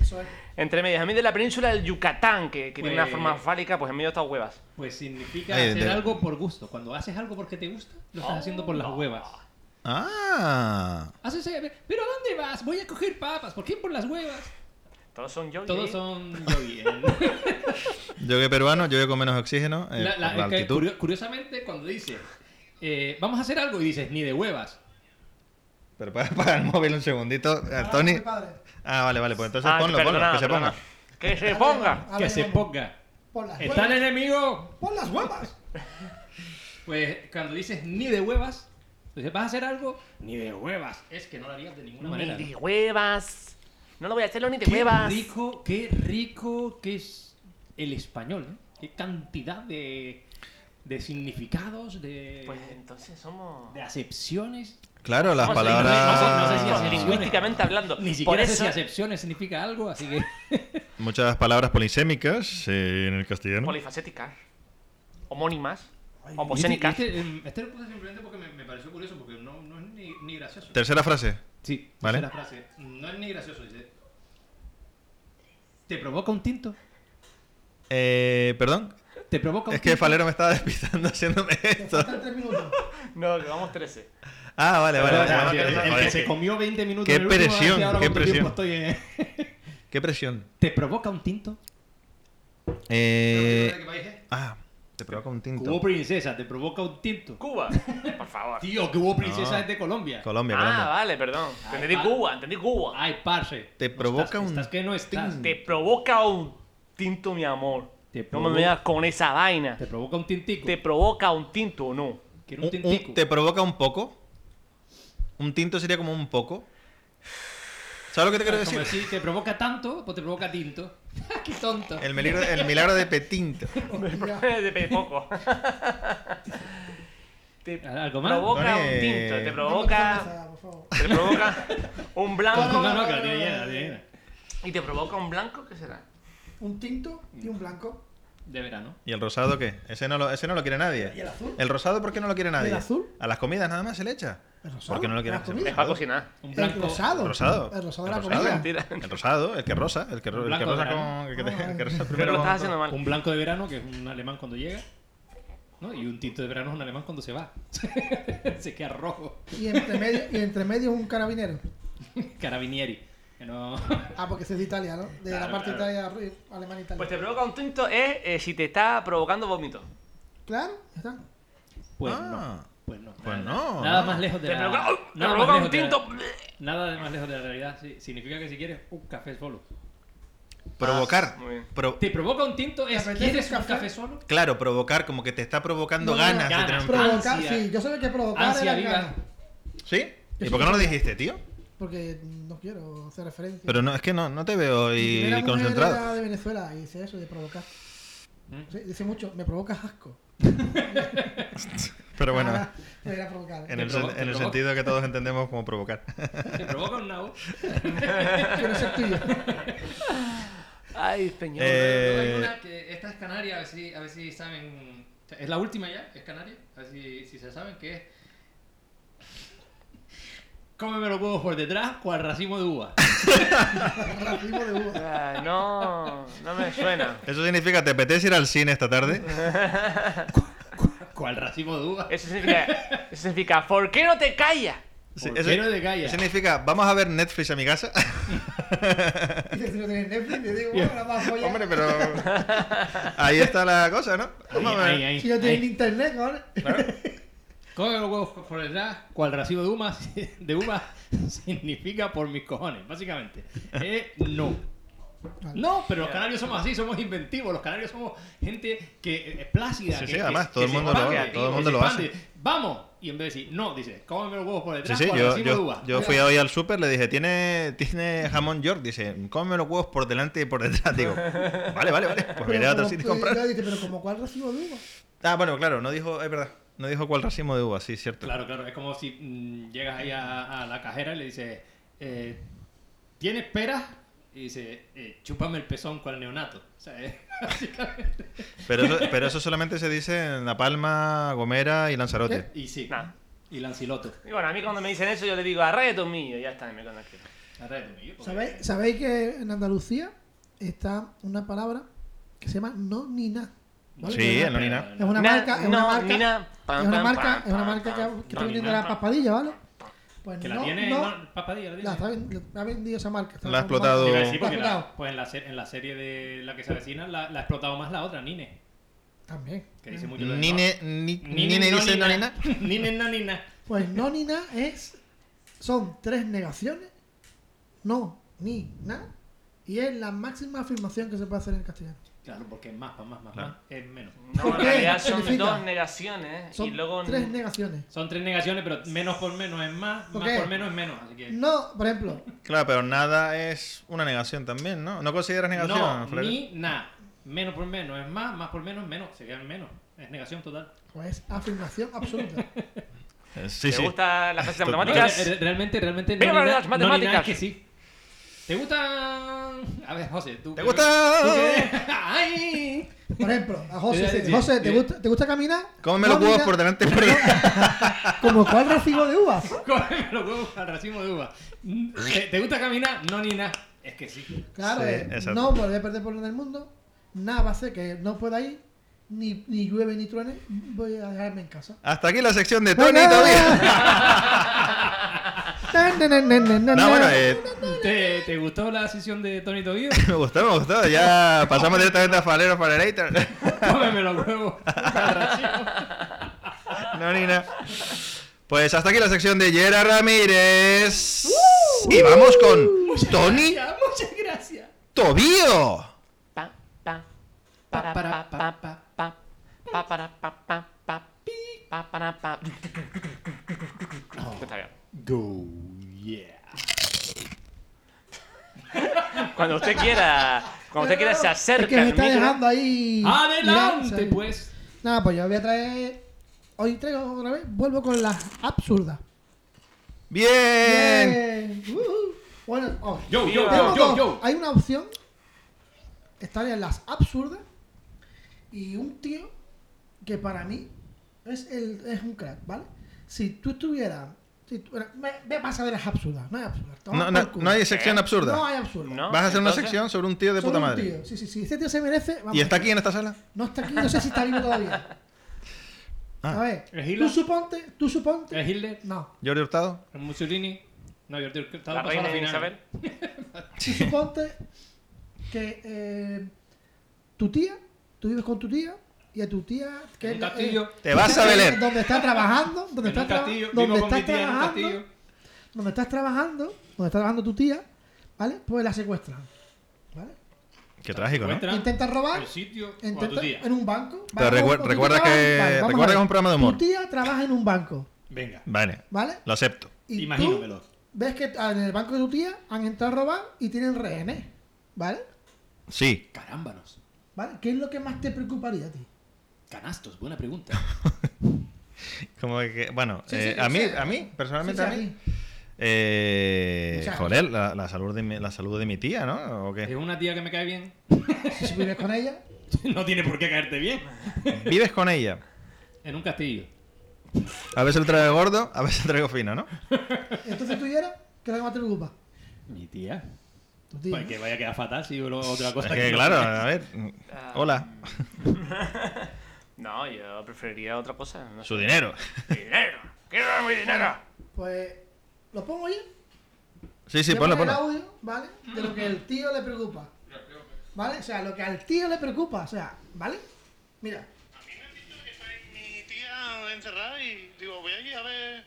[SPEAKER 4] Eso es.
[SPEAKER 2] Entre medias, a mí de la península del Yucatán, que, que tiene una
[SPEAKER 1] Pues-
[SPEAKER 2] forma fálica, pues en medio de estas huevas.
[SPEAKER 1] Pues significa
[SPEAKER 3] Ahí,
[SPEAKER 1] hacer
[SPEAKER 3] de-
[SPEAKER 1] algo por gusto. Cuando haces algo porque te gusta, lo estás haciendo por las
[SPEAKER 2] Oh.
[SPEAKER 1] huevas.
[SPEAKER 3] Ah.
[SPEAKER 1] Haces, eh, pero ¿a dónde vas? Voy a coger papas. ¿Por qué por las huevas?
[SPEAKER 2] Todos son yo.
[SPEAKER 1] Todos son yo bien.
[SPEAKER 2] Eh,
[SPEAKER 1] La-
[SPEAKER 3] Yo que peruano, yo que con menos oxígeno, eh,
[SPEAKER 1] la-
[SPEAKER 3] por la
[SPEAKER 1] es que
[SPEAKER 3] altitud.
[SPEAKER 1] curio- curiosamente, cuando dices, eh, vamos a hacer algo y dices, ni de huevas.
[SPEAKER 3] Pero para apagar el móvil un segundito, eh,
[SPEAKER 4] Ahora,
[SPEAKER 3] Tony.
[SPEAKER 4] muy padre.
[SPEAKER 3] Ah, vale, vale, pues entonces ponlo, ponlo, que se ponga.
[SPEAKER 2] Que se
[SPEAKER 4] Ahora
[SPEAKER 2] ponga.
[SPEAKER 4] vamos, ahora
[SPEAKER 1] que se
[SPEAKER 4] vamos.
[SPEAKER 1] ponga.
[SPEAKER 4] Por las
[SPEAKER 1] ¿Está el
[SPEAKER 4] huevas.
[SPEAKER 1] enemigo?
[SPEAKER 4] Por las huevas.
[SPEAKER 1] Pues cuando dices, ni de huevas, dices, ¿vas a hacer algo? Ni de huevas. Es que no lo harías de ninguna
[SPEAKER 2] Ni
[SPEAKER 1] manera.
[SPEAKER 2] de huevas. No lo voy a hacerlo ni de
[SPEAKER 1] Qué
[SPEAKER 2] huevas.
[SPEAKER 1] rico, qué rico que es el español, ¿eh? Qué cantidad de, de significados, de,
[SPEAKER 2] Pues entonces somos.
[SPEAKER 1] de acepciones.
[SPEAKER 3] Claro, las
[SPEAKER 2] No sé, no sé,
[SPEAKER 3] palabras
[SPEAKER 1] no sé si hace
[SPEAKER 2] Lingüísticamente hablando.
[SPEAKER 1] Ni
[SPEAKER 2] Por
[SPEAKER 1] siquiera sé
[SPEAKER 2] eso
[SPEAKER 1] si acepciones significa algo, así que...
[SPEAKER 3] muchas palabras polisémicas eh, en el castellano.
[SPEAKER 2] polifacéticas. Homónimas. Homocénicas.
[SPEAKER 1] Este, em, este lo puse simplemente porque me, me pareció curioso, porque no, no es ni, ni gracioso.
[SPEAKER 3] Tercera frase.
[SPEAKER 1] Sí,
[SPEAKER 3] Vale.
[SPEAKER 1] tercera frase. No es ni gracioso, dice... ¿Te provoca un tinto?
[SPEAKER 3] Eh, perdón,
[SPEAKER 1] ¿Te provoca un
[SPEAKER 3] es que
[SPEAKER 1] tinto?
[SPEAKER 3] Falero me estaba despistando haciéndome
[SPEAKER 4] Te
[SPEAKER 3] esto.
[SPEAKER 4] faltan tres minutos.
[SPEAKER 2] No, que vamos 13.
[SPEAKER 3] Ah, vale, vale. vale,
[SPEAKER 1] Ah,
[SPEAKER 3] vale,
[SPEAKER 1] el-
[SPEAKER 3] vale,
[SPEAKER 1] el
[SPEAKER 3] joder,
[SPEAKER 1] que se
[SPEAKER 3] qué-
[SPEAKER 1] comió 20 minutos.
[SPEAKER 3] qué
[SPEAKER 1] en el último,
[SPEAKER 3] presión,
[SPEAKER 1] ahora
[SPEAKER 3] qué
[SPEAKER 1] cuánto
[SPEAKER 3] presión.
[SPEAKER 1] tiempo estoy eh". en-
[SPEAKER 3] Qué presión.
[SPEAKER 1] ¿Te provoca un tinto?
[SPEAKER 3] Eh, ah, te provoca un tinto.
[SPEAKER 1] Cubo princesa, te provoca un tinto.
[SPEAKER 2] Cuba. Por favor.
[SPEAKER 1] Tío, que hubo princesa
[SPEAKER 3] No.
[SPEAKER 1] es de Colombia.
[SPEAKER 3] Colombia,
[SPEAKER 2] Ah,
[SPEAKER 3] Colombia.
[SPEAKER 2] vale, perdón.
[SPEAKER 1] Ay,
[SPEAKER 2] Entendí
[SPEAKER 1] vale.
[SPEAKER 2] Cuba, entendí Cuba.
[SPEAKER 1] Ay, parce.
[SPEAKER 3] Te
[SPEAKER 1] No
[SPEAKER 3] provoca
[SPEAKER 1] estás-
[SPEAKER 3] un
[SPEAKER 1] Estás que no estás.
[SPEAKER 2] Te provoca un tinto, mi amor.
[SPEAKER 1] Te
[SPEAKER 2] No me
[SPEAKER 1] provo-
[SPEAKER 2] veas con esa vaina.
[SPEAKER 1] Te provoca un tintico.
[SPEAKER 2] Te provoca un tinto, no.
[SPEAKER 1] Quiero un
[SPEAKER 3] Un- un-
[SPEAKER 1] tintico.
[SPEAKER 3] te provoca un poco. Un tinto sería como un poco. ¿Sabes lo que te quiero
[SPEAKER 1] Como
[SPEAKER 3] decir?
[SPEAKER 1] si te provoca tanto, pues te provoca tinto. Qué tonto.
[SPEAKER 3] El milagro, el milagro de Petinto.
[SPEAKER 4] Hostia.
[SPEAKER 2] De pe- poco. Te
[SPEAKER 1] ¿Algo más?
[SPEAKER 2] provoca
[SPEAKER 3] Pone-
[SPEAKER 2] un tinto, te
[SPEAKER 4] Dame
[SPEAKER 2] provoca,
[SPEAKER 4] cerveza, por favor.
[SPEAKER 2] te provoca un
[SPEAKER 1] No,
[SPEAKER 2] blanco
[SPEAKER 1] no, no, que la tiene llena, la tiene llena.
[SPEAKER 2] y te provoca un blanco, ¿qué será?
[SPEAKER 4] Un tinto y un blanco.
[SPEAKER 1] De verano.
[SPEAKER 3] ¿Y el rosado qué? Ese no lo, ese no lo quiere nadie.
[SPEAKER 4] ¿Y el azul?
[SPEAKER 3] ¿El rosado por qué no lo quiere nadie?
[SPEAKER 4] el azul?
[SPEAKER 3] A las comidas nada más se le echa.
[SPEAKER 4] ¿El rosado?
[SPEAKER 3] ¿Por qué no lo
[SPEAKER 4] ¿A
[SPEAKER 3] quiere
[SPEAKER 4] las
[SPEAKER 3] hacer?
[SPEAKER 4] comidas?
[SPEAKER 2] Es para cocinar.
[SPEAKER 1] Un
[SPEAKER 4] El
[SPEAKER 1] blanco.
[SPEAKER 4] rosado.
[SPEAKER 3] El rosado.
[SPEAKER 4] El rosado de la
[SPEAKER 3] rosado.
[SPEAKER 4] comida.
[SPEAKER 2] Mentira.
[SPEAKER 3] El rosado, el que rosa, el que, ro- el que
[SPEAKER 1] Blanco
[SPEAKER 3] rosa
[SPEAKER 1] verano.
[SPEAKER 3] con. El que, el que rosa
[SPEAKER 2] Pero
[SPEAKER 3] primero
[SPEAKER 2] lo
[SPEAKER 3] con-
[SPEAKER 2] estás haciendo mal.
[SPEAKER 1] Un blanco de verano, que es un alemán cuando llega. ¿no? Y un tinto de verano es un alemán cuando se va. se queda rojo.
[SPEAKER 4] Y entre medio, y entre medio un carabinero.
[SPEAKER 1] Carabinieri. Que no.
[SPEAKER 4] Ah, porque ese es de Italia, ¿no? De
[SPEAKER 1] Claro,
[SPEAKER 4] la parte
[SPEAKER 1] claro.
[SPEAKER 4] Italia, arriba, alemana Italia.
[SPEAKER 2] Pues te provoca un tinto es eh, si te está provocando vómito.
[SPEAKER 4] Claro, ya está.
[SPEAKER 1] Pues
[SPEAKER 3] Ah.
[SPEAKER 1] no. Pues no.
[SPEAKER 3] Pues
[SPEAKER 1] Nada-
[SPEAKER 3] no,
[SPEAKER 1] Nada
[SPEAKER 3] no.
[SPEAKER 1] más lejos de
[SPEAKER 2] Te
[SPEAKER 1] la
[SPEAKER 2] provoca, ¡Ay! te
[SPEAKER 1] nada más
[SPEAKER 2] provoca un
[SPEAKER 1] lejos de la-
[SPEAKER 2] tinto.
[SPEAKER 1] Nada de más lejos de la realidad. sí. Significa que si quieres un café solo.
[SPEAKER 3] Provocar.
[SPEAKER 2] Muy bien.
[SPEAKER 3] Pro-
[SPEAKER 1] Te provoca un tinto es
[SPEAKER 4] ¿Te apetece
[SPEAKER 1] ¿quieres
[SPEAKER 4] un
[SPEAKER 1] un
[SPEAKER 4] café?
[SPEAKER 1] café solo?
[SPEAKER 3] claro, provocar, como que te está provocando
[SPEAKER 4] No, no,
[SPEAKER 3] ganas,
[SPEAKER 1] ganas,
[SPEAKER 3] de tener un
[SPEAKER 1] pro-
[SPEAKER 4] Provocar,
[SPEAKER 1] Ansia.
[SPEAKER 4] sí, yo sé que provocar
[SPEAKER 1] Ansia
[SPEAKER 4] era
[SPEAKER 1] viva.
[SPEAKER 4] ganas.
[SPEAKER 3] ¿Sí? ¿Y por qué no lo dijiste, tío?
[SPEAKER 4] Porque no quiero hacer referencia.
[SPEAKER 3] Pero no, es que no, no te veo
[SPEAKER 4] Mi
[SPEAKER 3] y
[SPEAKER 4] primera mujer
[SPEAKER 3] concentrado.
[SPEAKER 4] era de Venezuela y dice eso de provocar.
[SPEAKER 2] ¿Mm?
[SPEAKER 4] Sí, dice mucho, me provocas asco.
[SPEAKER 3] Pero bueno,
[SPEAKER 4] Ah, me hubiera provocado.
[SPEAKER 3] en el,
[SPEAKER 1] provo-
[SPEAKER 3] sen-
[SPEAKER 1] te
[SPEAKER 3] en el
[SPEAKER 1] provoca.
[SPEAKER 3] sentido que todos entendemos como provocar.
[SPEAKER 1] Te provoca un
[SPEAKER 3] Eh,
[SPEAKER 1] nabo.
[SPEAKER 4] Quiero ser tuyo.
[SPEAKER 2] Ay, señor.
[SPEAKER 1] Pero hay
[SPEAKER 3] Eh,
[SPEAKER 1] una que- esta es canaria, a ver si, a ver si saben. Es la última ya, es canaria. A ver si, si se saben que es. Cómeme los huevos por detrás, cual racimo de uva.
[SPEAKER 4] Racismo de uva.
[SPEAKER 2] Ay, no, no me suena.
[SPEAKER 3] Eso significa, ¿te apetece ir al cine esta tarde?
[SPEAKER 1] Cual racimo de uva.
[SPEAKER 2] Eso significa, eso significa, ¿por qué no te callas?
[SPEAKER 3] Sí,
[SPEAKER 1] ¿Por
[SPEAKER 3] eso-
[SPEAKER 1] qué no te callas?
[SPEAKER 3] eso significa, ¿vamos a ver Netflix a mi casa?
[SPEAKER 4] Dice, si no tienes Netflix, te digo, bueno, la más joya.
[SPEAKER 3] Hombre, pero. Ahí está la cosa, ¿no? Vamos a ver.
[SPEAKER 1] Ahí, ahí,
[SPEAKER 4] Si no
[SPEAKER 1] ahí.
[SPEAKER 4] tienes ni internet, ahora.
[SPEAKER 3] Pues
[SPEAKER 1] Cómeme los huevos por detrás, cual racimo de uva, de uva significa por mis cojones, básicamente. Eh, no. No, pero los canarios somos así, somos inventivos. Los canarios somos gente que es plácida.
[SPEAKER 3] Sí,
[SPEAKER 1] que-
[SPEAKER 3] sí,
[SPEAKER 1] que-
[SPEAKER 3] además,
[SPEAKER 1] que
[SPEAKER 3] todo el
[SPEAKER 1] se
[SPEAKER 3] mundo lo
[SPEAKER 1] expande,
[SPEAKER 2] hace, todo
[SPEAKER 1] que
[SPEAKER 2] el
[SPEAKER 1] se
[SPEAKER 3] mundo lo
[SPEAKER 1] expande.
[SPEAKER 3] hace.
[SPEAKER 1] Vamos. Y en vez de decir, no, dice, cómeme los huevos por
[SPEAKER 3] Sí,
[SPEAKER 1] detrás.
[SPEAKER 3] sí,
[SPEAKER 1] cual
[SPEAKER 3] yo,
[SPEAKER 1] racimo de
[SPEAKER 3] yo,
[SPEAKER 1] uva.
[SPEAKER 3] yo fui hoy al súper, le dije, ¿tiene, tiene jamón York? Dice, cómeme los huevos por delante y por detrás. Digo, vale, vale, vale. Pues me iré a otro sitio y
[SPEAKER 4] Pero
[SPEAKER 3] comprar.
[SPEAKER 4] dice, pero como cuál recibo de uva.
[SPEAKER 3] Ah, bueno, claro, no dijo, es verdad. No dijo cuál racimo de uva, sí, cierto.
[SPEAKER 1] Claro, claro. Es como si mm, llegas ahí a, a la cajera y le dices, eh, ¿tienes peras? Y dice, eh, chúpame el pezón con el neonato. O sea, eh, es básicamente.
[SPEAKER 3] Pero eso, pero eso solamente se dice en La Palma, Gomera y Lanzarote.
[SPEAKER 1] Y sí.
[SPEAKER 2] Nah.
[SPEAKER 1] Y Lanciloto.
[SPEAKER 2] Y bueno, a mí cuando me dicen eso yo le digo, arréate un millo, ya está, y me conecto.
[SPEAKER 1] Arréglame, yo, ¿eh? porque-
[SPEAKER 4] ¿Sabéis, sabéis que en Andalucía está una palabra que se llama no ni na? ¿vale?
[SPEAKER 3] Sí,
[SPEAKER 4] es
[SPEAKER 3] el no ni na.
[SPEAKER 1] Pero-
[SPEAKER 4] una
[SPEAKER 2] Na-
[SPEAKER 4] marca, es una
[SPEAKER 2] no,
[SPEAKER 4] marca,
[SPEAKER 2] ni na.
[SPEAKER 4] es una
[SPEAKER 2] Pam, pam,
[SPEAKER 4] marca,
[SPEAKER 2] pam,
[SPEAKER 4] es una
[SPEAKER 2] pam,
[SPEAKER 4] marca que
[SPEAKER 2] pam,
[SPEAKER 4] ha- que está
[SPEAKER 2] pam,
[SPEAKER 4] vendiendo
[SPEAKER 2] pam,
[SPEAKER 4] la
[SPEAKER 2] pam.
[SPEAKER 4] papadilla, ¿vale? Pues
[SPEAKER 1] Que
[SPEAKER 4] no,
[SPEAKER 1] la tiene
[SPEAKER 4] no,
[SPEAKER 1] no, Papadilla, la tiene.
[SPEAKER 4] la está ven- ha vendido esa marca. está
[SPEAKER 3] La ha
[SPEAKER 4] como-
[SPEAKER 3] explotado.
[SPEAKER 1] Te iba a
[SPEAKER 4] la ha
[SPEAKER 1] decir, porque la-
[SPEAKER 4] explotado.
[SPEAKER 1] pues en la, ser- en la serie de la que se avecina la, la ha explotado más la otra, Nine.
[SPEAKER 4] También.
[SPEAKER 1] Que dice mucho lo de-
[SPEAKER 3] Nine, ni,
[SPEAKER 1] no,
[SPEAKER 3] Nine, dice no, ni na.
[SPEAKER 1] Nine no nina.
[SPEAKER 4] Pues no ni na es, son tres negaciones, no ni na, y es la máxima afirmación que se puede hacer en castellano.
[SPEAKER 1] Claro, porque es más, para más, más,
[SPEAKER 3] Claro.
[SPEAKER 1] más, es menos.
[SPEAKER 2] No,
[SPEAKER 4] ¿Por
[SPEAKER 2] en
[SPEAKER 4] qué?
[SPEAKER 2] realidad son
[SPEAKER 4] Significa.
[SPEAKER 2] dos negaciones y
[SPEAKER 4] Son
[SPEAKER 2] luego...
[SPEAKER 4] tres negaciones.
[SPEAKER 1] Son tres negaciones, pero menos por menos es más,
[SPEAKER 4] ¿Por
[SPEAKER 1] más
[SPEAKER 4] qué?
[SPEAKER 1] por menos es menos. Así que.
[SPEAKER 4] No, por ejemplo,
[SPEAKER 3] Claro, pero nada es una negación también, ¿no? ¿No consideras negación?
[SPEAKER 1] No,
[SPEAKER 3] Freddy?
[SPEAKER 1] ni na. Menos por menos es más, más por menos es menos. Sería menos. Es negación total.
[SPEAKER 4] pues afirmación absoluta.
[SPEAKER 3] Eh, Sí,
[SPEAKER 2] ¿Te
[SPEAKER 3] sí.
[SPEAKER 2] gustan las clases de
[SPEAKER 3] Esto-
[SPEAKER 1] No,
[SPEAKER 2] matemáticas?
[SPEAKER 1] re- re- realmente, realmente.
[SPEAKER 2] Viva
[SPEAKER 1] No, ni na-
[SPEAKER 2] las
[SPEAKER 1] no, ni
[SPEAKER 2] matemáticas.
[SPEAKER 1] na es que sí. ¿Te gustan.? A ver, José, tú.
[SPEAKER 3] ¿Te gusta?
[SPEAKER 1] ¿Tú qué? ¡Ay!
[SPEAKER 4] Por ejemplo, a José,
[SPEAKER 1] Yo ya
[SPEAKER 4] dice,
[SPEAKER 1] decía,
[SPEAKER 4] José, ¿te
[SPEAKER 1] yo-
[SPEAKER 4] gusta, ¿te gusta caminar?
[SPEAKER 3] Cómeme
[SPEAKER 4] No,
[SPEAKER 3] los huevos
[SPEAKER 4] mira,
[SPEAKER 3] por delante y por detrás.
[SPEAKER 4] Como cuál recibo de uvas.
[SPEAKER 1] Cómeme los huevos al racimo de uva. ¿Te, te gusta caminar? No, ni nada. Es que sí.
[SPEAKER 4] Claro,
[SPEAKER 3] Sí,
[SPEAKER 4] eh,
[SPEAKER 3] exacto.
[SPEAKER 4] no volver a perder por nada del mundo. Nada va a hacer que no pueda ir. Ni, ni llueve ni truene. Voy a dejarme en casa.
[SPEAKER 3] Hasta aquí la sección de Tony todavía. No,
[SPEAKER 4] No,
[SPEAKER 3] bueno, eh,
[SPEAKER 1] ¿Te, te gustó la sesión de Tony Tobío?
[SPEAKER 3] me gustó, me gustó. Ya pasamos directamente a Falero Falerator.
[SPEAKER 1] Cómeme los huevos al racimo.
[SPEAKER 3] No, ni nada. Pues hasta aquí la sección de Yera Ramírez. Y vamos con Tony
[SPEAKER 4] Ah,
[SPEAKER 1] Gracias, muchas gracias.
[SPEAKER 3] Tobío.
[SPEAKER 6] pa pa pa pa pa pa pa pa pa pa pa pa pi pa pa pa
[SPEAKER 2] Está bien.
[SPEAKER 1] Go, yeah.
[SPEAKER 2] Cuando usted quiera, cuando usted quiera se acerca
[SPEAKER 4] Es que me
[SPEAKER 2] al
[SPEAKER 4] está
[SPEAKER 2] micro.
[SPEAKER 4] dejando ahí. mirar,
[SPEAKER 1] Adelante,
[SPEAKER 4] ¿sabes?
[SPEAKER 1] pues.
[SPEAKER 4] Nada, pues yo voy a traer. Hoy traigo otra vez. Vuelvo con las absurdas.
[SPEAKER 3] Bien.
[SPEAKER 4] Bien. Ujú. Bueno, oh,
[SPEAKER 1] Yo, yo, yo,
[SPEAKER 4] Tenemos
[SPEAKER 1] yo,
[SPEAKER 4] dos.
[SPEAKER 1] yo.
[SPEAKER 4] Hay una opción. Están en las absurdas. Y un tío que para mí es, el, es un crack, ¿vale? Si tú estuvieras. Si tú, bueno, ve- ve, vas a ver las absurdas. No hay absurdas. toma
[SPEAKER 3] No,
[SPEAKER 4] por
[SPEAKER 3] no,
[SPEAKER 4] culo.
[SPEAKER 3] no hay sección
[SPEAKER 4] Eh, No
[SPEAKER 3] absurda.
[SPEAKER 4] hay absurdas.
[SPEAKER 2] No,
[SPEAKER 3] Vas a hacer una
[SPEAKER 2] entonces-
[SPEAKER 3] sección sobre un tío de
[SPEAKER 4] Solo
[SPEAKER 3] puta
[SPEAKER 4] un
[SPEAKER 3] madre.
[SPEAKER 4] tío. Sí, sí, sí. Este tío se merece. vamos.
[SPEAKER 3] ¿Y está aquí en esta sala?
[SPEAKER 4] No está aquí. No sé si está vivo todavía.
[SPEAKER 3] Ah.
[SPEAKER 4] A ver.
[SPEAKER 1] ¿Es Hitler?
[SPEAKER 4] Tú suponte. Tú suponte.
[SPEAKER 1] ¿Es Hitler?
[SPEAKER 4] No.
[SPEAKER 3] Jordi Hurtado.
[SPEAKER 1] ¿Es Mussolini? No, yo te
[SPEAKER 2] La reina Isabel.
[SPEAKER 4] Tú suponte que eh, tu tía. Tú vives con tu tía. Y a tu tía. Que
[SPEAKER 1] En
[SPEAKER 4] es
[SPEAKER 1] un
[SPEAKER 4] la-
[SPEAKER 1] castillo.
[SPEAKER 4] eh,
[SPEAKER 3] Te vas a Belén.
[SPEAKER 4] Donde estás trabajando,
[SPEAKER 1] En
[SPEAKER 4] donde
[SPEAKER 1] un
[SPEAKER 4] estás, traba-
[SPEAKER 1] castillo.
[SPEAKER 4] donde
[SPEAKER 1] Vivo con mi
[SPEAKER 4] estás
[SPEAKER 1] tía en un
[SPEAKER 4] trabajando,
[SPEAKER 1] castillo.
[SPEAKER 4] donde estás trabajando, donde está trabajando tu tía, ¿vale? Pues la secuestran, ¿vale?
[SPEAKER 3] Qué trágico, ¿no?
[SPEAKER 1] Encuentra
[SPEAKER 4] Intenta robar,
[SPEAKER 1] El sitio o a tu
[SPEAKER 4] intenta
[SPEAKER 1] tía.
[SPEAKER 4] en un banco.
[SPEAKER 3] Pero
[SPEAKER 4] Vale,
[SPEAKER 3] recuer-
[SPEAKER 4] tú
[SPEAKER 3] recuerda
[SPEAKER 4] trabajas-
[SPEAKER 3] que-
[SPEAKER 4] vamos
[SPEAKER 3] recuerda
[SPEAKER 4] a
[SPEAKER 3] que es
[SPEAKER 4] ver.
[SPEAKER 3] un programa de humor.
[SPEAKER 4] Tu tía trabaja en un banco,
[SPEAKER 1] Venga.
[SPEAKER 3] Vale,
[SPEAKER 4] ¿vale?
[SPEAKER 3] lo acepto.
[SPEAKER 4] Y tú
[SPEAKER 1] Imagínamelo.
[SPEAKER 4] ves que en el banco de tu tía han entrado a robar y tienen rehenes, ¿vale?
[SPEAKER 3] Sí.
[SPEAKER 1] Carámbanos.
[SPEAKER 4] ¿Vale? ¿Qué es lo que más te preocuparía a ti?
[SPEAKER 1] Canastos, buena pregunta.
[SPEAKER 3] Como que, bueno,
[SPEAKER 4] Sí, sí,
[SPEAKER 3] eh,
[SPEAKER 4] o
[SPEAKER 3] a mí,
[SPEAKER 4] sea,
[SPEAKER 3] a mí, personalmente
[SPEAKER 4] Sí,
[SPEAKER 3] a
[SPEAKER 4] sí,
[SPEAKER 3] mí. Eh,
[SPEAKER 4] O sea,
[SPEAKER 3] joder, la, la salud de mi, la salud de mi tía, ¿no? ¿O
[SPEAKER 1] Es
[SPEAKER 3] qué?
[SPEAKER 1] una tía que me cae bien.
[SPEAKER 4] aquí. Si vives con ella,
[SPEAKER 1] No tiene por qué caerte bien.
[SPEAKER 3] Vives con ella.
[SPEAKER 1] En un castillo.
[SPEAKER 3] A veces el traigo gordo, a veces el traigo fino, ¿no?
[SPEAKER 4] entonces tú eres, ¿qué es lo que más te preocupa?
[SPEAKER 1] Mi tía.
[SPEAKER 4] Tu tía.
[SPEAKER 1] Pues que vaya a quedar fatal si lo- otra
[SPEAKER 3] Es
[SPEAKER 1] cosa.
[SPEAKER 3] que,
[SPEAKER 1] Pues no-
[SPEAKER 3] claro, a ver.
[SPEAKER 2] Ah.
[SPEAKER 3] Hola.
[SPEAKER 2] No, yo preferiría otra cosa. No
[SPEAKER 3] Su dinero.
[SPEAKER 2] sé. ¡Dinero! ¡Quiero ver mi dinero!
[SPEAKER 4] Pues, ¿lo pongo yo?
[SPEAKER 3] Sí, sí,
[SPEAKER 4] Voy a
[SPEAKER 3] ponlo,
[SPEAKER 4] poner
[SPEAKER 3] ponlo.
[SPEAKER 4] el audio, ¿vale? De lo que el tío le preocupa. ¿Vale? O sea, lo que al tío le preocupa, o sea, ¿vale? Mira,
[SPEAKER 7] A mí me han dicho que está en mi tía encerrada y digo, voy allí a ver.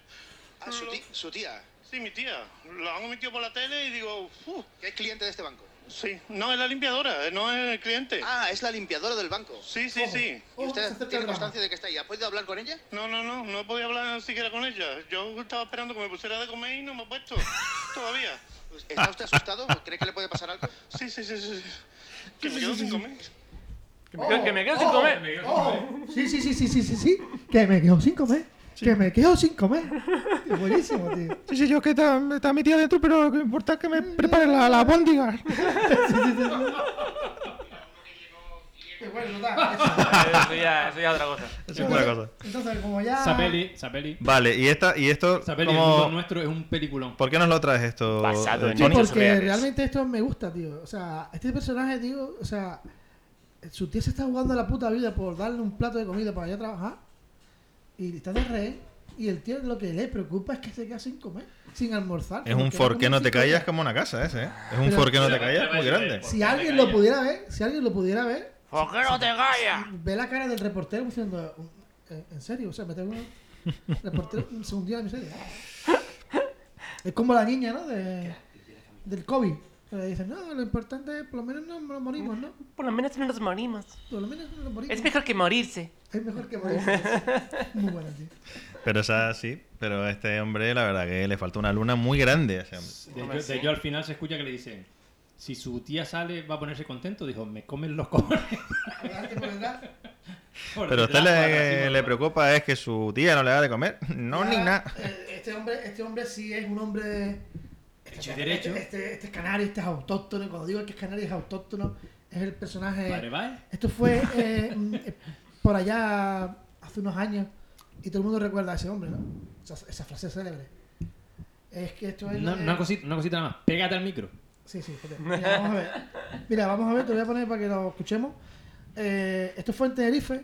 [SPEAKER 8] Ah, su, ti- su tía,
[SPEAKER 7] Sí, mi tía. La han metido por la tele y digo, uff,
[SPEAKER 8] que es cliente de este banco.
[SPEAKER 7] sí. No, es la limpiadora, no es el cliente.
[SPEAKER 8] Ah, es la limpiadora del banco.
[SPEAKER 7] Sí, sí, sí.
[SPEAKER 8] ¿Y
[SPEAKER 4] Ojo, Oh, se
[SPEAKER 8] usted
[SPEAKER 4] acerca el
[SPEAKER 8] tiene
[SPEAKER 4] drama.
[SPEAKER 8] constancia de que está ahí? ¿Ha podido hablar con ella?
[SPEAKER 7] No, no, no, no podía hablar siquiera con ella. Yo estaba esperando que me pusiera de comer y no me ha puesto todavía.
[SPEAKER 8] Pues, ¿Está usted asustado? ¿O ¿Cree que le puede pasar algo?
[SPEAKER 7] Sí, sí, sí, sí. sí. Que me quedo sin comer.
[SPEAKER 2] ¡Que me quedo, que me quedo sin comer!
[SPEAKER 4] ¡Oh! Sí, sí, sí, sí, sí, sí, sí. Que me quedo sin comer. Que me quedo sin comer. Tío, buenísimo, tío.
[SPEAKER 3] Sí, sí, yo que está, mi tía de tú, pero lo que importa es que me prepare la, la bóndiga.
[SPEAKER 4] Qué bueno, total.
[SPEAKER 2] Ah, Eso ya, eso ya es otra cosa.
[SPEAKER 3] Es otra cosa.
[SPEAKER 4] Entonces, como ya.
[SPEAKER 1] Esa peli, esa peli.
[SPEAKER 3] Vale, y esta, y esto,
[SPEAKER 1] Esa peli, el mundo
[SPEAKER 3] como,
[SPEAKER 1] nuestro es un peliculón.
[SPEAKER 3] ¿por qué nos lo traes esto?
[SPEAKER 2] Basado
[SPEAKER 3] eh,
[SPEAKER 2] en
[SPEAKER 4] Sí,
[SPEAKER 3] Johnny?
[SPEAKER 2] hechos.
[SPEAKER 4] porque
[SPEAKER 2] reales.
[SPEAKER 4] realmente esto me gusta, tío. O sea, este personaje, tío, o sea, su tía se está jugando la puta vida por darle un plato de comida para allá a trabajar. Y está de rehén. Y el tío lo que le preocupa es que se queda sin comer, sin almorzar.
[SPEAKER 3] Es
[SPEAKER 4] porque va
[SPEAKER 3] un
[SPEAKER 4] a
[SPEAKER 3] for que
[SPEAKER 4] comer
[SPEAKER 3] no te
[SPEAKER 4] sin comer.
[SPEAKER 3] callas como una casa ese, ¿eh? Es un
[SPEAKER 4] Pero-
[SPEAKER 3] for que no te callas muy grande.
[SPEAKER 4] Si alguien lo pudiera ver, si alguien lo pudiera ver,
[SPEAKER 2] ¿Por qué no te callas?
[SPEAKER 4] ve la cara del reportero diciendo, "Eh, ¿en serio? O sea, me tengo un reportero se hundió la miseria. Es como la niña, ¿no? De, del COVID. Que le dicen, no, lo importante es, por lo menos no nos morimos, ¿no?
[SPEAKER 2] Por lo menos no nos morimos.
[SPEAKER 4] Por lo menos no nos morimos.
[SPEAKER 2] Es mejor que morirse.
[SPEAKER 4] Es mejor que morir. Muy buena, tío.
[SPEAKER 3] Pero esa sí, pero a este hombre, la verdad que le falta una luna muy grande a ese hombre.
[SPEAKER 1] De,
[SPEAKER 2] Hombre,
[SPEAKER 1] yo,
[SPEAKER 2] sí.
[SPEAKER 1] de yo al final se escucha que le dicen: Si su tía sale, va a ponerse contento. Dijo: Me comen los cojones.
[SPEAKER 4] Adelante por detrás.
[SPEAKER 1] Por
[SPEAKER 3] Pero a usted
[SPEAKER 1] detrás, por
[SPEAKER 3] le,
[SPEAKER 1] arriba,
[SPEAKER 3] le
[SPEAKER 1] por-
[SPEAKER 3] preocupa es que su tía no le da de comer. No, ni
[SPEAKER 4] Ya,
[SPEAKER 3] nada.
[SPEAKER 4] eh, Este hombre, este hombre sí es un hombre.
[SPEAKER 1] Hecho y derecho.
[SPEAKER 4] Este, este, este es canario, este es autóctono. y Cuando digo que es canario, es autóctono. Es el personaje.
[SPEAKER 1] Vale, vale.
[SPEAKER 4] Esto fue eh, mm, eh, por allá hace unos años y todo el mundo recuerda a ese hombre, ¿no? Esa, esa frase célebre. Es que esto es...
[SPEAKER 1] Una,
[SPEAKER 4] eh,
[SPEAKER 1] una cosita, una cosita nada más. Pégate al micro.
[SPEAKER 4] Sí, sí, espérate. Mira, vamos a ver. Mira, vamos a ver, te lo voy a poner para que lo escuchemos. Eh, esto fue en Tenerife,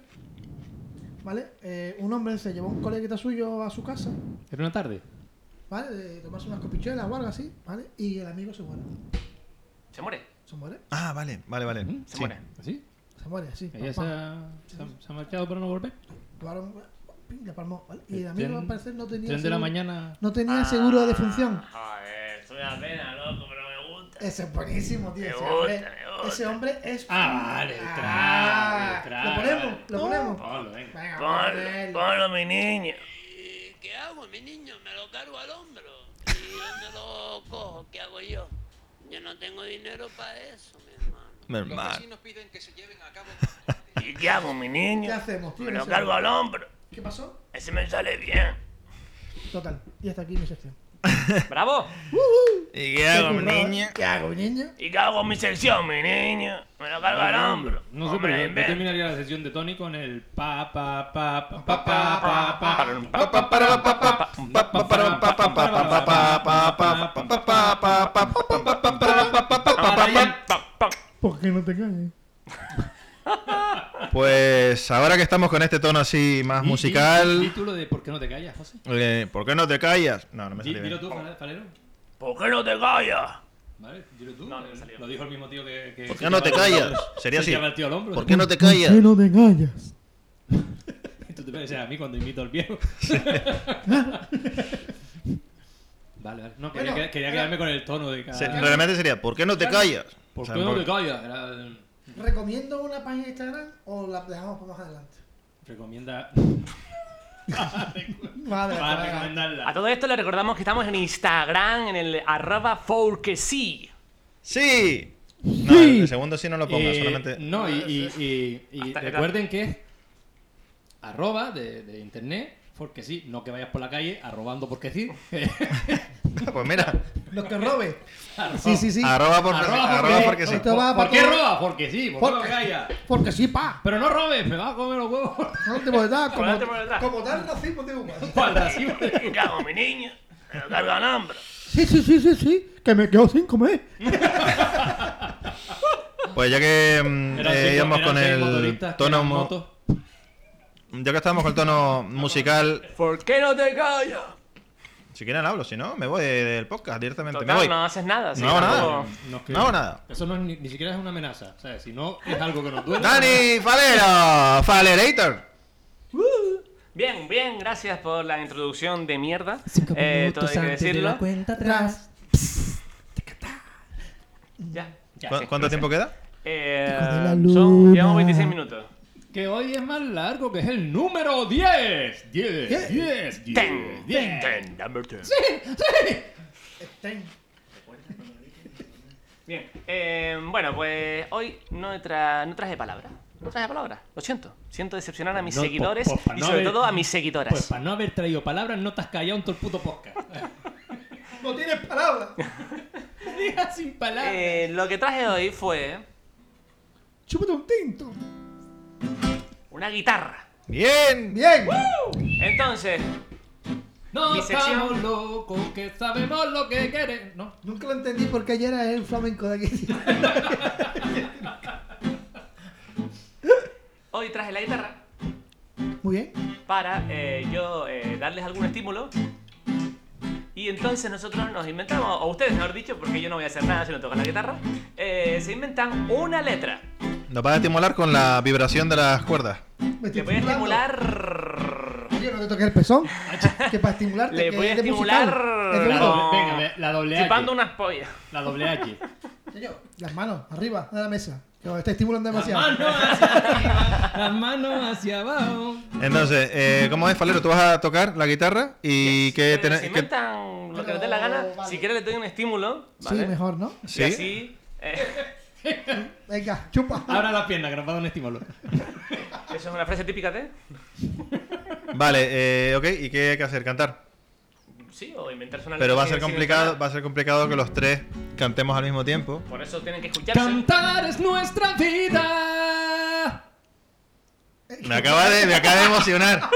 [SPEAKER 4] ¿vale? Eh, un hombre se llevó un coleguita suyo a su casa,
[SPEAKER 1] Era una tarde.
[SPEAKER 4] ¿vale? De tomarse unas copichuelas o algo así, ¿vale? Y el amigo se muere.
[SPEAKER 2] Se muere.
[SPEAKER 4] Se muere,
[SPEAKER 3] Ah, vale, vale, vale.
[SPEAKER 1] ¿Mm?
[SPEAKER 2] Se
[SPEAKER 3] Sí.
[SPEAKER 2] muere.
[SPEAKER 1] ¿Así?
[SPEAKER 4] se muere, sí.
[SPEAKER 1] Ella
[SPEAKER 4] pam,
[SPEAKER 1] se
[SPEAKER 4] pam.
[SPEAKER 1] ha, se, ha, se ha marchado para no volver.
[SPEAKER 4] Claro, pim, le palmó, ¿vale? Y
[SPEAKER 1] El
[SPEAKER 4] el amigo,
[SPEAKER 1] Eh, tren-
[SPEAKER 4] al parecer, no tenía...
[SPEAKER 1] Tren de la
[SPEAKER 4] seguro-
[SPEAKER 1] mañana.
[SPEAKER 4] No tenía seguro
[SPEAKER 2] Ah.
[SPEAKER 4] de función.
[SPEAKER 2] Joder, es una pena, loco, pero me gusta.
[SPEAKER 4] Ese es buenísimo, tío.
[SPEAKER 2] Me
[SPEAKER 4] Ese,
[SPEAKER 2] gusta,
[SPEAKER 4] hombre,
[SPEAKER 2] me gusta.
[SPEAKER 4] ese hombre es.
[SPEAKER 1] Ah, vale, el trago,
[SPEAKER 4] Ah,
[SPEAKER 1] el trago.
[SPEAKER 4] Lo ponemos, lo ponemos.
[SPEAKER 1] Pablo, venga.
[SPEAKER 4] Venga, vamos a
[SPEAKER 2] Ponlo,
[SPEAKER 4] ponerlo.
[SPEAKER 2] ponlo, mi niño.
[SPEAKER 9] ¿Qué hago, mi niño? Me lo cargo al hombro. Y yo me lo cojo. ¿Qué hago yo? Yo no tengo dinero para eso, mi hermano.
[SPEAKER 3] Mi hermano.
[SPEAKER 8] nos piden que se lleven a cabo.
[SPEAKER 2] ¿Y qué hago, mi niño?
[SPEAKER 4] ¿Qué hacemos, tío?
[SPEAKER 2] Me
[SPEAKER 4] No
[SPEAKER 2] lo
[SPEAKER 4] sé.
[SPEAKER 2] cargo al hombro.
[SPEAKER 4] ¿Qué pasó?
[SPEAKER 2] Ese me sale bien.
[SPEAKER 4] Total. Y hasta aquí mi sección.
[SPEAKER 2] ¡Bravo!
[SPEAKER 3] ¿Y qué hago, niña?
[SPEAKER 4] ¿Qué hago, niño?
[SPEAKER 2] ¿Y qué hago en mi sección, mi niño? Me lo cargo al hombro.
[SPEAKER 1] No sé,
[SPEAKER 2] Hombre,
[SPEAKER 1] pero yo, yo
[SPEAKER 2] ven.
[SPEAKER 1] terminaría la sesión de Tony con el pa pa pa pa pa pa pa pa
[SPEAKER 3] Pa, pa, para, pa, pa, pa, pa, pa, para, pa, pa, pa, pa, pa, pa, pa, pa, pa, pa, pa, pa, pa, pa, pa, pa, para, pa, pa, pa, pa, pa,
[SPEAKER 4] ¿Por qué no te calles?
[SPEAKER 3] pa. Pues ahora que estamos con este tono así más
[SPEAKER 1] Y- y- y
[SPEAKER 3] musical,
[SPEAKER 1] Título de ¿Por qué no te callas, José?
[SPEAKER 3] eh, ¿por qué no te callas? No, no me
[SPEAKER 1] Di-
[SPEAKER 3] sale
[SPEAKER 1] Dilo
[SPEAKER 3] bien.
[SPEAKER 1] tú, Fal- Falero.
[SPEAKER 2] ¿Por qué no te callas?
[SPEAKER 1] Vale, dilo tú.
[SPEAKER 2] No, no me salió.
[SPEAKER 1] Lo dijo el mismo tío que. que
[SPEAKER 3] ¿Por
[SPEAKER 1] se
[SPEAKER 3] qué no
[SPEAKER 1] llama
[SPEAKER 3] te
[SPEAKER 1] el-
[SPEAKER 3] callas? Sería
[SPEAKER 1] se
[SPEAKER 3] así.
[SPEAKER 1] llama el tío al hombro.
[SPEAKER 3] ¿Por qué no te
[SPEAKER 4] ¿Por
[SPEAKER 3] callas?
[SPEAKER 4] qué no te engañas?
[SPEAKER 1] Tú te pareces a mí cuando invito al viejo. vale, vale. No, quería,
[SPEAKER 4] Bueno,
[SPEAKER 1] queda- quería
[SPEAKER 4] era-
[SPEAKER 1] quedarme con el tono de cada.
[SPEAKER 3] Se- Realmente sería, ¿por qué no te callas? O
[SPEAKER 1] ¿Por
[SPEAKER 3] sea,
[SPEAKER 1] qué no
[SPEAKER 3] por-
[SPEAKER 1] te callas? Era, eh,
[SPEAKER 4] ¿Recomiendo una página de Instagram o la dejamos para más adelante?
[SPEAKER 1] recomienda.
[SPEAKER 4] Madre
[SPEAKER 1] Para
[SPEAKER 4] mía.
[SPEAKER 2] A
[SPEAKER 1] recomendarla.
[SPEAKER 2] todo esto le recordamos que estamos en Instagram, en el arroba sí.
[SPEAKER 3] ¡Sí! No,
[SPEAKER 4] Sí.
[SPEAKER 3] el segundo sí no lo ponga,
[SPEAKER 1] Eh,
[SPEAKER 3] solamente.
[SPEAKER 1] No, y, y- y- y
[SPEAKER 2] Hasta que
[SPEAKER 1] recuerden que es arroba de, de internet, porque sí, no que vayas por la calle arrobando porque sí.
[SPEAKER 3] Pues mira,
[SPEAKER 4] Los que robe. Sí, sí, sí.
[SPEAKER 3] arroba por-
[SPEAKER 1] Arroba
[SPEAKER 3] arroba
[SPEAKER 1] porque-
[SPEAKER 3] porque sí.
[SPEAKER 4] Esto va
[SPEAKER 1] ¿Por
[SPEAKER 4] para
[SPEAKER 1] qué
[SPEAKER 4] todo-
[SPEAKER 1] roba? Porque sí, porque
[SPEAKER 4] Porque-
[SPEAKER 1] no calla.
[SPEAKER 4] Porque sí, pa.
[SPEAKER 1] Pero no robes, me vas a comer los huevos.
[SPEAKER 4] No te puedes dar como,
[SPEAKER 2] Adelante por detrás.
[SPEAKER 4] como tal racimo de uvas.
[SPEAKER 1] Para siempre.
[SPEAKER 3] Eh,
[SPEAKER 2] Me cago en mi niño, me lo cargo al hombro.
[SPEAKER 4] Sí, sí, sí, sí, sí. Que me quedo sin comer.
[SPEAKER 3] Pues ya que mm,
[SPEAKER 1] Eran
[SPEAKER 3] eh,
[SPEAKER 1] cinco-
[SPEAKER 3] íbamos
[SPEAKER 1] eran
[SPEAKER 3] con
[SPEAKER 1] seis
[SPEAKER 3] el
[SPEAKER 1] motoristas que
[SPEAKER 3] tono
[SPEAKER 1] eran
[SPEAKER 3] mu-
[SPEAKER 1] motos.
[SPEAKER 3] ya que estábamos con el tono musical,
[SPEAKER 2] ¿Por qué no te callas?
[SPEAKER 3] si quieren hablo, si no, me voy del podcast directamente. me
[SPEAKER 2] Total,
[SPEAKER 3] voy.
[SPEAKER 2] no haces nada. sí,
[SPEAKER 3] Ah, No hago
[SPEAKER 2] tampoco-
[SPEAKER 3] nada.
[SPEAKER 1] Ah, No, es que-
[SPEAKER 3] No hago nada.
[SPEAKER 1] Eso no es ni, ni siquiera es una amenaza. ¿sabes? Si no es algo que nos duele.
[SPEAKER 3] Dani Falero, Falerator.
[SPEAKER 2] Bien, bien, gracias por la introducción de mierda. Eh, todo hay que decirlo.
[SPEAKER 1] cuenta
[SPEAKER 4] atrás.
[SPEAKER 2] Ya. ya,
[SPEAKER 3] ¿Cu-
[SPEAKER 2] sí,
[SPEAKER 3] ¿Cuánto
[SPEAKER 2] gracias.
[SPEAKER 3] tiempo queda?
[SPEAKER 2] Eh,
[SPEAKER 4] Hijo de la luna.
[SPEAKER 2] son, llevamos 26 minutos.
[SPEAKER 1] Que hoy es más largo, que es el número 10. 10,
[SPEAKER 4] ¿Qué?
[SPEAKER 1] 10, 10,
[SPEAKER 2] Ten,
[SPEAKER 1] 10.
[SPEAKER 2] ten, number ten.
[SPEAKER 4] Ten.
[SPEAKER 2] Bien, eh, bueno, pues hoy no, tra- no traje palabras. No traje palabras, lo siento. Siento decepcionar a mis
[SPEAKER 1] No, pues,
[SPEAKER 2] seguidores
[SPEAKER 1] pues, para
[SPEAKER 2] y
[SPEAKER 1] no
[SPEAKER 2] sobre
[SPEAKER 1] haber-
[SPEAKER 2] todo a mis
[SPEAKER 1] Pues
[SPEAKER 2] seguidoras.
[SPEAKER 1] para no haber traído palabras, no te has callado en todo el puto podcast.
[SPEAKER 4] No tienes palabras.
[SPEAKER 1] Deja sin palabras.
[SPEAKER 2] Eh, lo que traje hoy fue
[SPEAKER 4] Chúpate un tinto.
[SPEAKER 2] una guitarra.
[SPEAKER 3] Bien.
[SPEAKER 4] Bien.
[SPEAKER 2] Entonces,
[SPEAKER 1] no
[SPEAKER 2] mi sección-
[SPEAKER 1] estamos locos, que sabemos lo que quieres. No.
[SPEAKER 4] Nunca lo entendí porque ayer era el flamenco de aquí.
[SPEAKER 2] hoy traje la guitarra
[SPEAKER 4] Muy bien.
[SPEAKER 2] para eh, yo eh, darles algún estímulo. Y entonces nosotros nos inventamos, o ustedes mejor dicho, porque yo no voy a hacer nada si no tocan la guitarra, eh, se inventan una letra.
[SPEAKER 3] Nos va a estimular con la vibración de las cuerdas.
[SPEAKER 4] Me estoy
[SPEAKER 2] Le voy a
[SPEAKER 4] chiflando.
[SPEAKER 2] estimular...
[SPEAKER 4] Oye, no te toques el pezón. que para estimularte.
[SPEAKER 2] Le
[SPEAKER 4] que
[SPEAKER 2] voy a
[SPEAKER 4] es de
[SPEAKER 2] estimular.
[SPEAKER 4] musical, es de
[SPEAKER 1] La
[SPEAKER 2] No.
[SPEAKER 4] duro.
[SPEAKER 1] doble, venga, ve, la doble H.
[SPEAKER 2] Chupando unas pollas.
[SPEAKER 1] La doble H.
[SPEAKER 4] Señor, Las manos, arriba, de la mesa. Que os está estimulando
[SPEAKER 1] Las
[SPEAKER 4] demasiado.
[SPEAKER 1] manos hacia arriba, las manos hacia abajo.
[SPEAKER 3] Entonces, eh, ¿cómo es, Falero? Tú vas a tocar la guitarra y que
[SPEAKER 2] Pero
[SPEAKER 3] tenés-
[SPEAKER 2] se
[SPEAKER 3] Eh, que-
[SPEAKER 2] inventan lo que les dé la gana.
[SPEAKER 4] Pero, vale.
[SPEAKER 2] Si quieres, le doy un estímulo.
[SPEAKER 4] Sí,
[SPEAKER 2] ¿vale?
[SPEAKER 4] mejor, ¿no?
[SPEAKER 2] Y
[SPEAKER 3] Sí.
[SPEAKER 2] así. eh,
[SPEAKER 4] Venga, chupa.
[SPEAKER 1] Abra las piernas, grabado un estímulo.
[SPEAKER 2] eso es una frase típica de.
[SPEAKER 3] Vale, eh, ok, ¿y qué hay que hacer? Cantar.
[SPEAKER 2] Sí, o inventarse una letra
[SPEAKER 3] Pero va a
[SPEAKER 2] que
[SPEAKER 3] ser
[SPEAKER 2] sin
[SPEAKER 3] complicado,
[SPEAKER 2] entonar.
[SPEAKER 3] va a ser complicado que los tres cantemos al mismo tiempo.
[SPEAKER 2] Por eso tienen que escucharse.
[SPEAKER 1] Cantar es nuestra vida.
[SPEAKER 3] Me acaba de, me acaba de emocionar.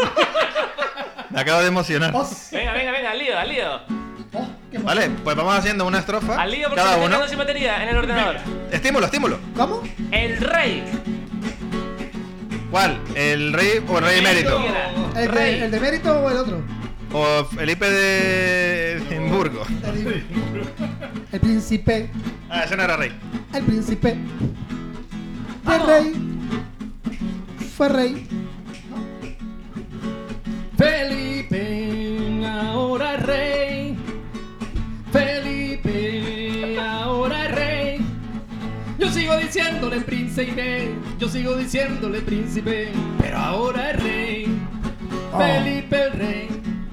[SPEAKER 3] Me acaba de emocionar.
[SPEAKER 4] Os,
[SPEAKER 2] Venga, venga, venga, al lío, al lío.
[SPEAKER 4] os, qué mo-
[SPEAKER 3] Vale, pues vamos haciendo una estrofa.
[SPEAKER 2] Al lío porque
[SPEAKER 3] Cada
[SPEAKER 2] me estoy
[SPEAKER 3] uno.
[SPEAKER 2] quedando sin batería en el ordenador.
[SPEAKER 3] Estímulo, estímulo.
[SPEAKER 4] ¿Cómo?
[SPEAKER 2] El rey.
[SPEAKER 3] ¿Cuál? ¿El rey o el rey emérito?
[SPEAKER 2] Mira,
[SPEAKER 4] ¿El
[SPEAKER 2] Rey.
[SPEAKER 4] de, ¿El de mérito o el otro?
[SPEAKER 3] ¿O Felipe de Edimburgo?
[SPEAKER 4] El príncipe,
[SPEAKER 3] Ah, ese no era rey.
[SPEAKER 4] el príncipe. El rey. Fue rey.
[SPEAKER 1] Felipe ahora es rey. Felipe ahora es rey. Yo sigo diciéndole príncipe. Yo sigo diciéndole príncipe. Pero ahora es rey. Oh. Felipe el rey.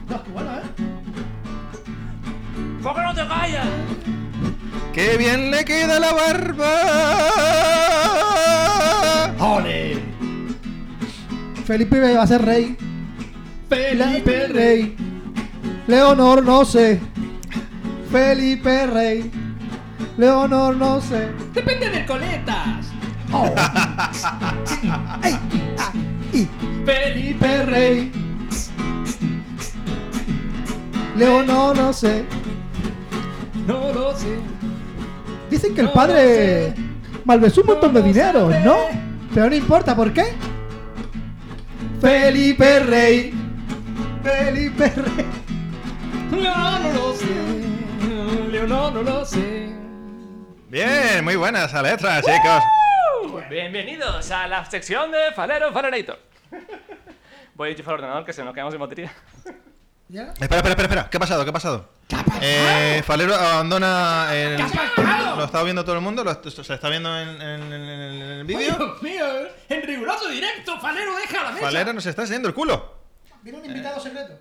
[SPEAKER 4] No, qué bueno, ¿eh?
[SPEAKER 2] ¿Por qué no te callas?
[SPEAKER 3] ¡Qué bien le queda la barba!
[SPEAKER 1] ¡Ole!
[SPEAKER 4] Felipe va a ser rey.
[SPEAKER 1] Felipe
[SPEAKER 4] Felipe
[SPEAKER 1] el rey.
[SPEAKER 4] rey. Leonor no sé. Felipe rey. Leonor no sé.
[SPEAKER 1] Depende del coletas.
[SPEAKER 4] Oh. Ay, ay, y.
[SPEAKER 1] Felipe el rey.
[SPEAKER 4] Leonor no sé.
[SPEAKER 1] No lo sé.
[SPEAKER 4] Dicen que el
[SPEAKER 1] No
[SPEAKER 4] padre
[SPEAKER 1] lo sé.
[SPEAKER 4] malvezó un montón de
[SPEAKER 1] No lo
[SPEAKER 4] dinero,
[SPEAKER 1] sabré.
[SPEAKER 4] ¿no? Pero no importa, ¿por qué? Felipe Rey. Felipe Rey.
[SPEAKER 1] No, no lo sé. Leonor, no lo sé.
[SPEAKER 3] Bien, muy buena esa letra, chicos.
[SPEAKER 2] Bienvenidos a la sección de Falero Falerator. Voy a enchufar el ordenador que se nos quedamos sin batería.
[SPEAKER 4] ¿Ya?
[SPEAKER 3] Espera, espera, espera, espera. ¿Qué ha pasado? ¿Qué ha pasado? Eh, Falero abandona el... Lo está viendo todo el mundo, lo est- se está viendo en, en- en- en el
[SPEAKER 1] Ay,
[SPEAKER 3] vídeo.
[SPEAKER 1] Dios mío, en riguroso eh. directo, Falero deja la mesa.
[SPEAKER 3] Falero nos está haciendo el culo.
[SPEAKER 4] Viene un invitado secreto.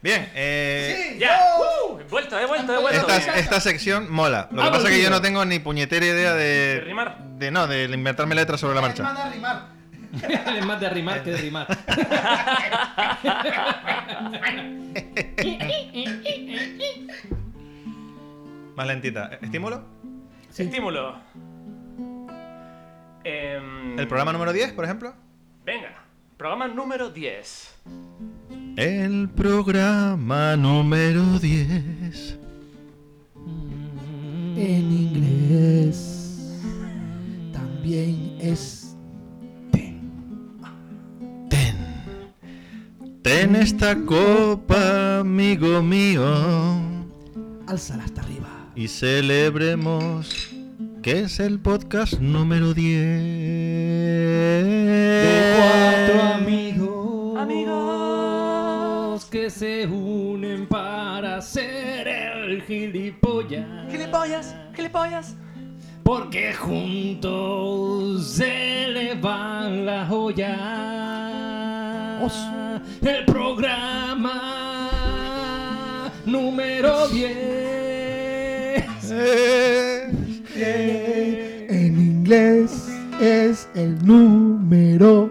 [SPEAKER 3] Bien, eh,
[SPEAKER 4] sí,
[SPEAKER 2] ¡Ya!
[SPEAKER 4] yo-
[SPEAKER 2] ¡Uh! He vuelto, he vuelto, he vuelto.
[SPEAKER 3] esta, esta sección mola. Lo que
[SPEAKER 1] Ha
[SPEAKER 3] pasa es que yo
[SPEAKER 1] volvido.
[SPEAKER 3] no tengo ni puñetera idea de.
[SPEAKER 2] ¿De rimar?
[SPEAKER 3] de- no, de inventarme letras sobre la
[SPEAKER 4] Es más
[SPEAKER 3] marcha.
[SPEAKER 4] de rimar.
[SPEAKER 1] Él es más de arrimar que de rimar.
[SPEAKER 3] Más lentita. Eh, ¿Estímulo?
[SPEAKER 2] Estímulo. Em,
[SPEAKER 3] ¿El programa número 10, por ejemplo?
[SPEAKER 2] Venga, programa número 10.
[SPEAKER 3] El programa número 10.
[SPEAKER 4] En inglés también es
[SPEAKER 3] Ten. Ten esta copa, amigo mío.
[SPEAKER 4] alzala hasta arriba.
[SPEAKER 3] Y celebremos que es el podcast número 10. De
[SPEAKER 1] amigos. Amigos que se unen para ser el gilipollas.
[SPEAKER 6] Gilipollas, gilipollas.
[SPEAKER 1] Porque juntos se le van la joya. El programa número 10.
[SPEAKER 4] En inglés es el número.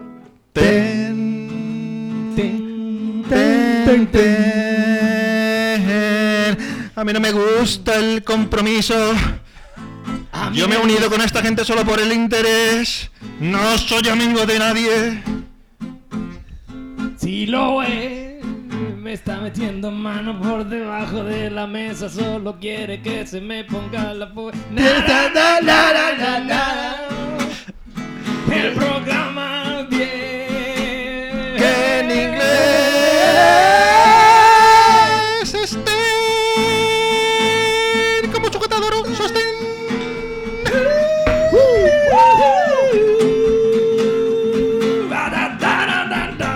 [SPEAKER 3] Ten.
[SPEAKER 1] Ten,
[SPEAKER 3] Ten, ten, ten. A mí no me gusta el compromiso.
[SPEAKER 1] A mí
[SPEAKER 3] Yo me he unido con esta gente solo por el interés. No soy amigo de nadie.
[SPEAKER 1] Si lo es, me está metiendo mano por debajo de la mesa. Solo quiere que se me ponga la fu- Na, na, na, na, na, na, na. El programa 10.
[SPEAKER 3] que en inglés estén como sujetador un sostén.
[SPEAKER 1] Da, da, da, da, da, da.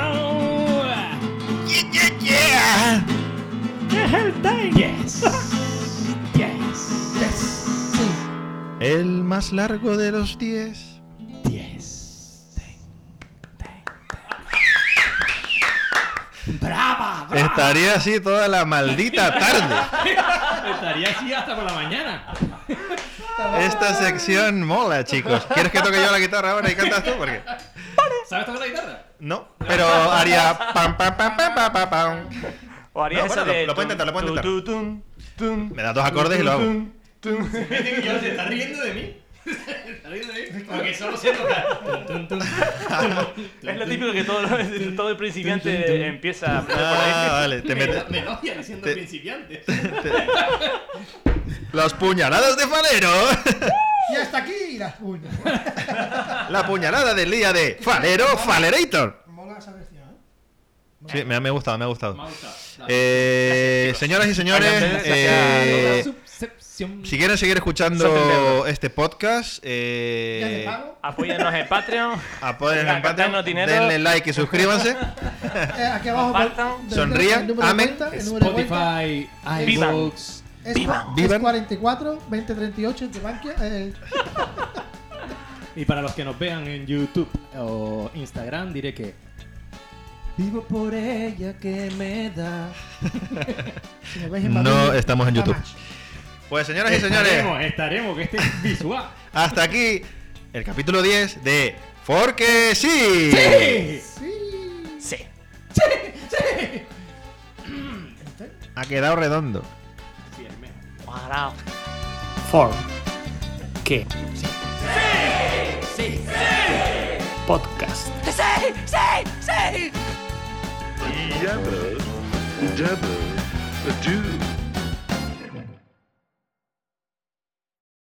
[SPEAKER 3] Yeah, yeah, yeah.
[SPEAKER 1] Yes. Yes.
[SPEAKER 3] El más largo de los 10.
[SPEAKER 1] Yes. Brava, brava.
[SPEAKER 3] Estaría así toda la maldita tarde.
[SPEAKER 1] Estaría así hasta por la mañana.
[SPEAKER 3] Esta sección mola, chicos. ¿Quieres que toque yo la guitarra ahora y cantas tú? Porque
[SPEAKER 1] ¿Sabes tocar la guitarra?
[SPEAKER 3] no, pero haría pam pam pam pam pam pam. pam.
[SPEAKER 2] ¿O harías
[SPEAKER 3] No,
[SPEAKER 2] esa
[SPEAKER 3] bueno, lo-
[SPEAKER 2] de
[SPEAKER 3] lo puedo intentar, lo puedo
[SPEAKER 2] tun, tun,
[SPEAKER 3] intentar.
[SPEAKER 2] tun, tun,
[SPEAKER 3] Me da dos acordes y lo hago.
[SPEAKER 2] tun, tun, tun?
[SPEAKER 1] Yo, ¿Se está riendo de mí? ¿Se está riendo de mí? Porque solo sé tocar. Tun, tun, tun.
[SPEAKER 2] Es lo típico que todo, todo el
[SPEAKER 1] Tun, tun, tun.
[SPEAKER 2] principiante empieza por
[SPEAKER 3] Ah,
[SPEAKER 2] ahí.
[SPEAKER 3] vale, te metes.
[SPEAKER 1] Me odia diciendo
[SPEAKER 3] Te-
[SPEAKER 1] principiante.
[SPEAKER 3] Las puñaladas de Falero.
[SPEAKER 4] Y hasta aquí las uñas.
[SPEAKER 3] La puñalada del día de Falero Falerator.
[SPEAKER 4] Mola esa versión, ¿eh?
[SPEAKER 3] Sí, me ha, me ha gustado, me ha gustado.
[SPEAKER 1] Mauta.
[SPEAKER 3] Eh, señoras y señores,
[SPEAKER 2] Oigan, ustedes
[SPEAKER 1] Ah,
[SPEAKER 3] eh,
[SPEAKER 1] Subcepción.
[SPEAKER 3] si quieren seguir escuchando este podcast, eh,
[SPEAKER 4] Ya te pago.
[SPEAKER 2] Apóyanos en Patreon.
[SPEAKER 3] apoyen en
[SPEAKER 2] Gastarnos
[SPEAKER 3] Patreon,
[SPEAKER 2] dinero.
[SPEAKER 3] denle like y suscriban,se
[SPEAKER 4] Eh, aquí abajo.
[SPEAKER 2] Apartan,
[SPEAKER 4] del- del-
[SPEAKER 3] sonrían,
[SPEAKER 4] el número de
[SPEAKER 3] amen.
[SPEAKER 4] cuenta, el número de cuenta.
[SPEAKER 1] Spotify,
[SPEAKER 2] Vivan.
[SPEAKER 1] iVoox.
[SPEAKER 4] Es,
[SPEAKER 3] Vivan.
[SPEAKER 4] es 44 2038 de Bankia. eh,
[SPEAKER 1] Y para los que nos vean en YouTube o Instagram, diré que. Vivo por ella que me da.
[SPEAKER 4] si nos ves en
[SPEAKER 3] No
[SPEAKER 4] Madrid,
[SPEAKER 3] estamos en YouTube.
[SPEAKER 4] Camacho.
[SPEAKER 3] Pues señoras y señores,
[SPEAKER 1] Estaremos, estaremos, que este es visual.
[SPEAKER 3] hasta aquí el capítulo 10 de Porque sí.
[SPEAKER 1] ¡Eh!
[SPEAKER 4] Sí.
[SPEAKER 2] Sí.
[SPEAKER 3] Ha quedado redondo.
[SPEAKER 1] Sí, el mejor.
[SPEAKER 6] Parao.
[SPEAKER 5] For que podcast
[SPEAKER 6] Sí, sí, sí.
[SPEAKER 10] Jabba, dabba, do.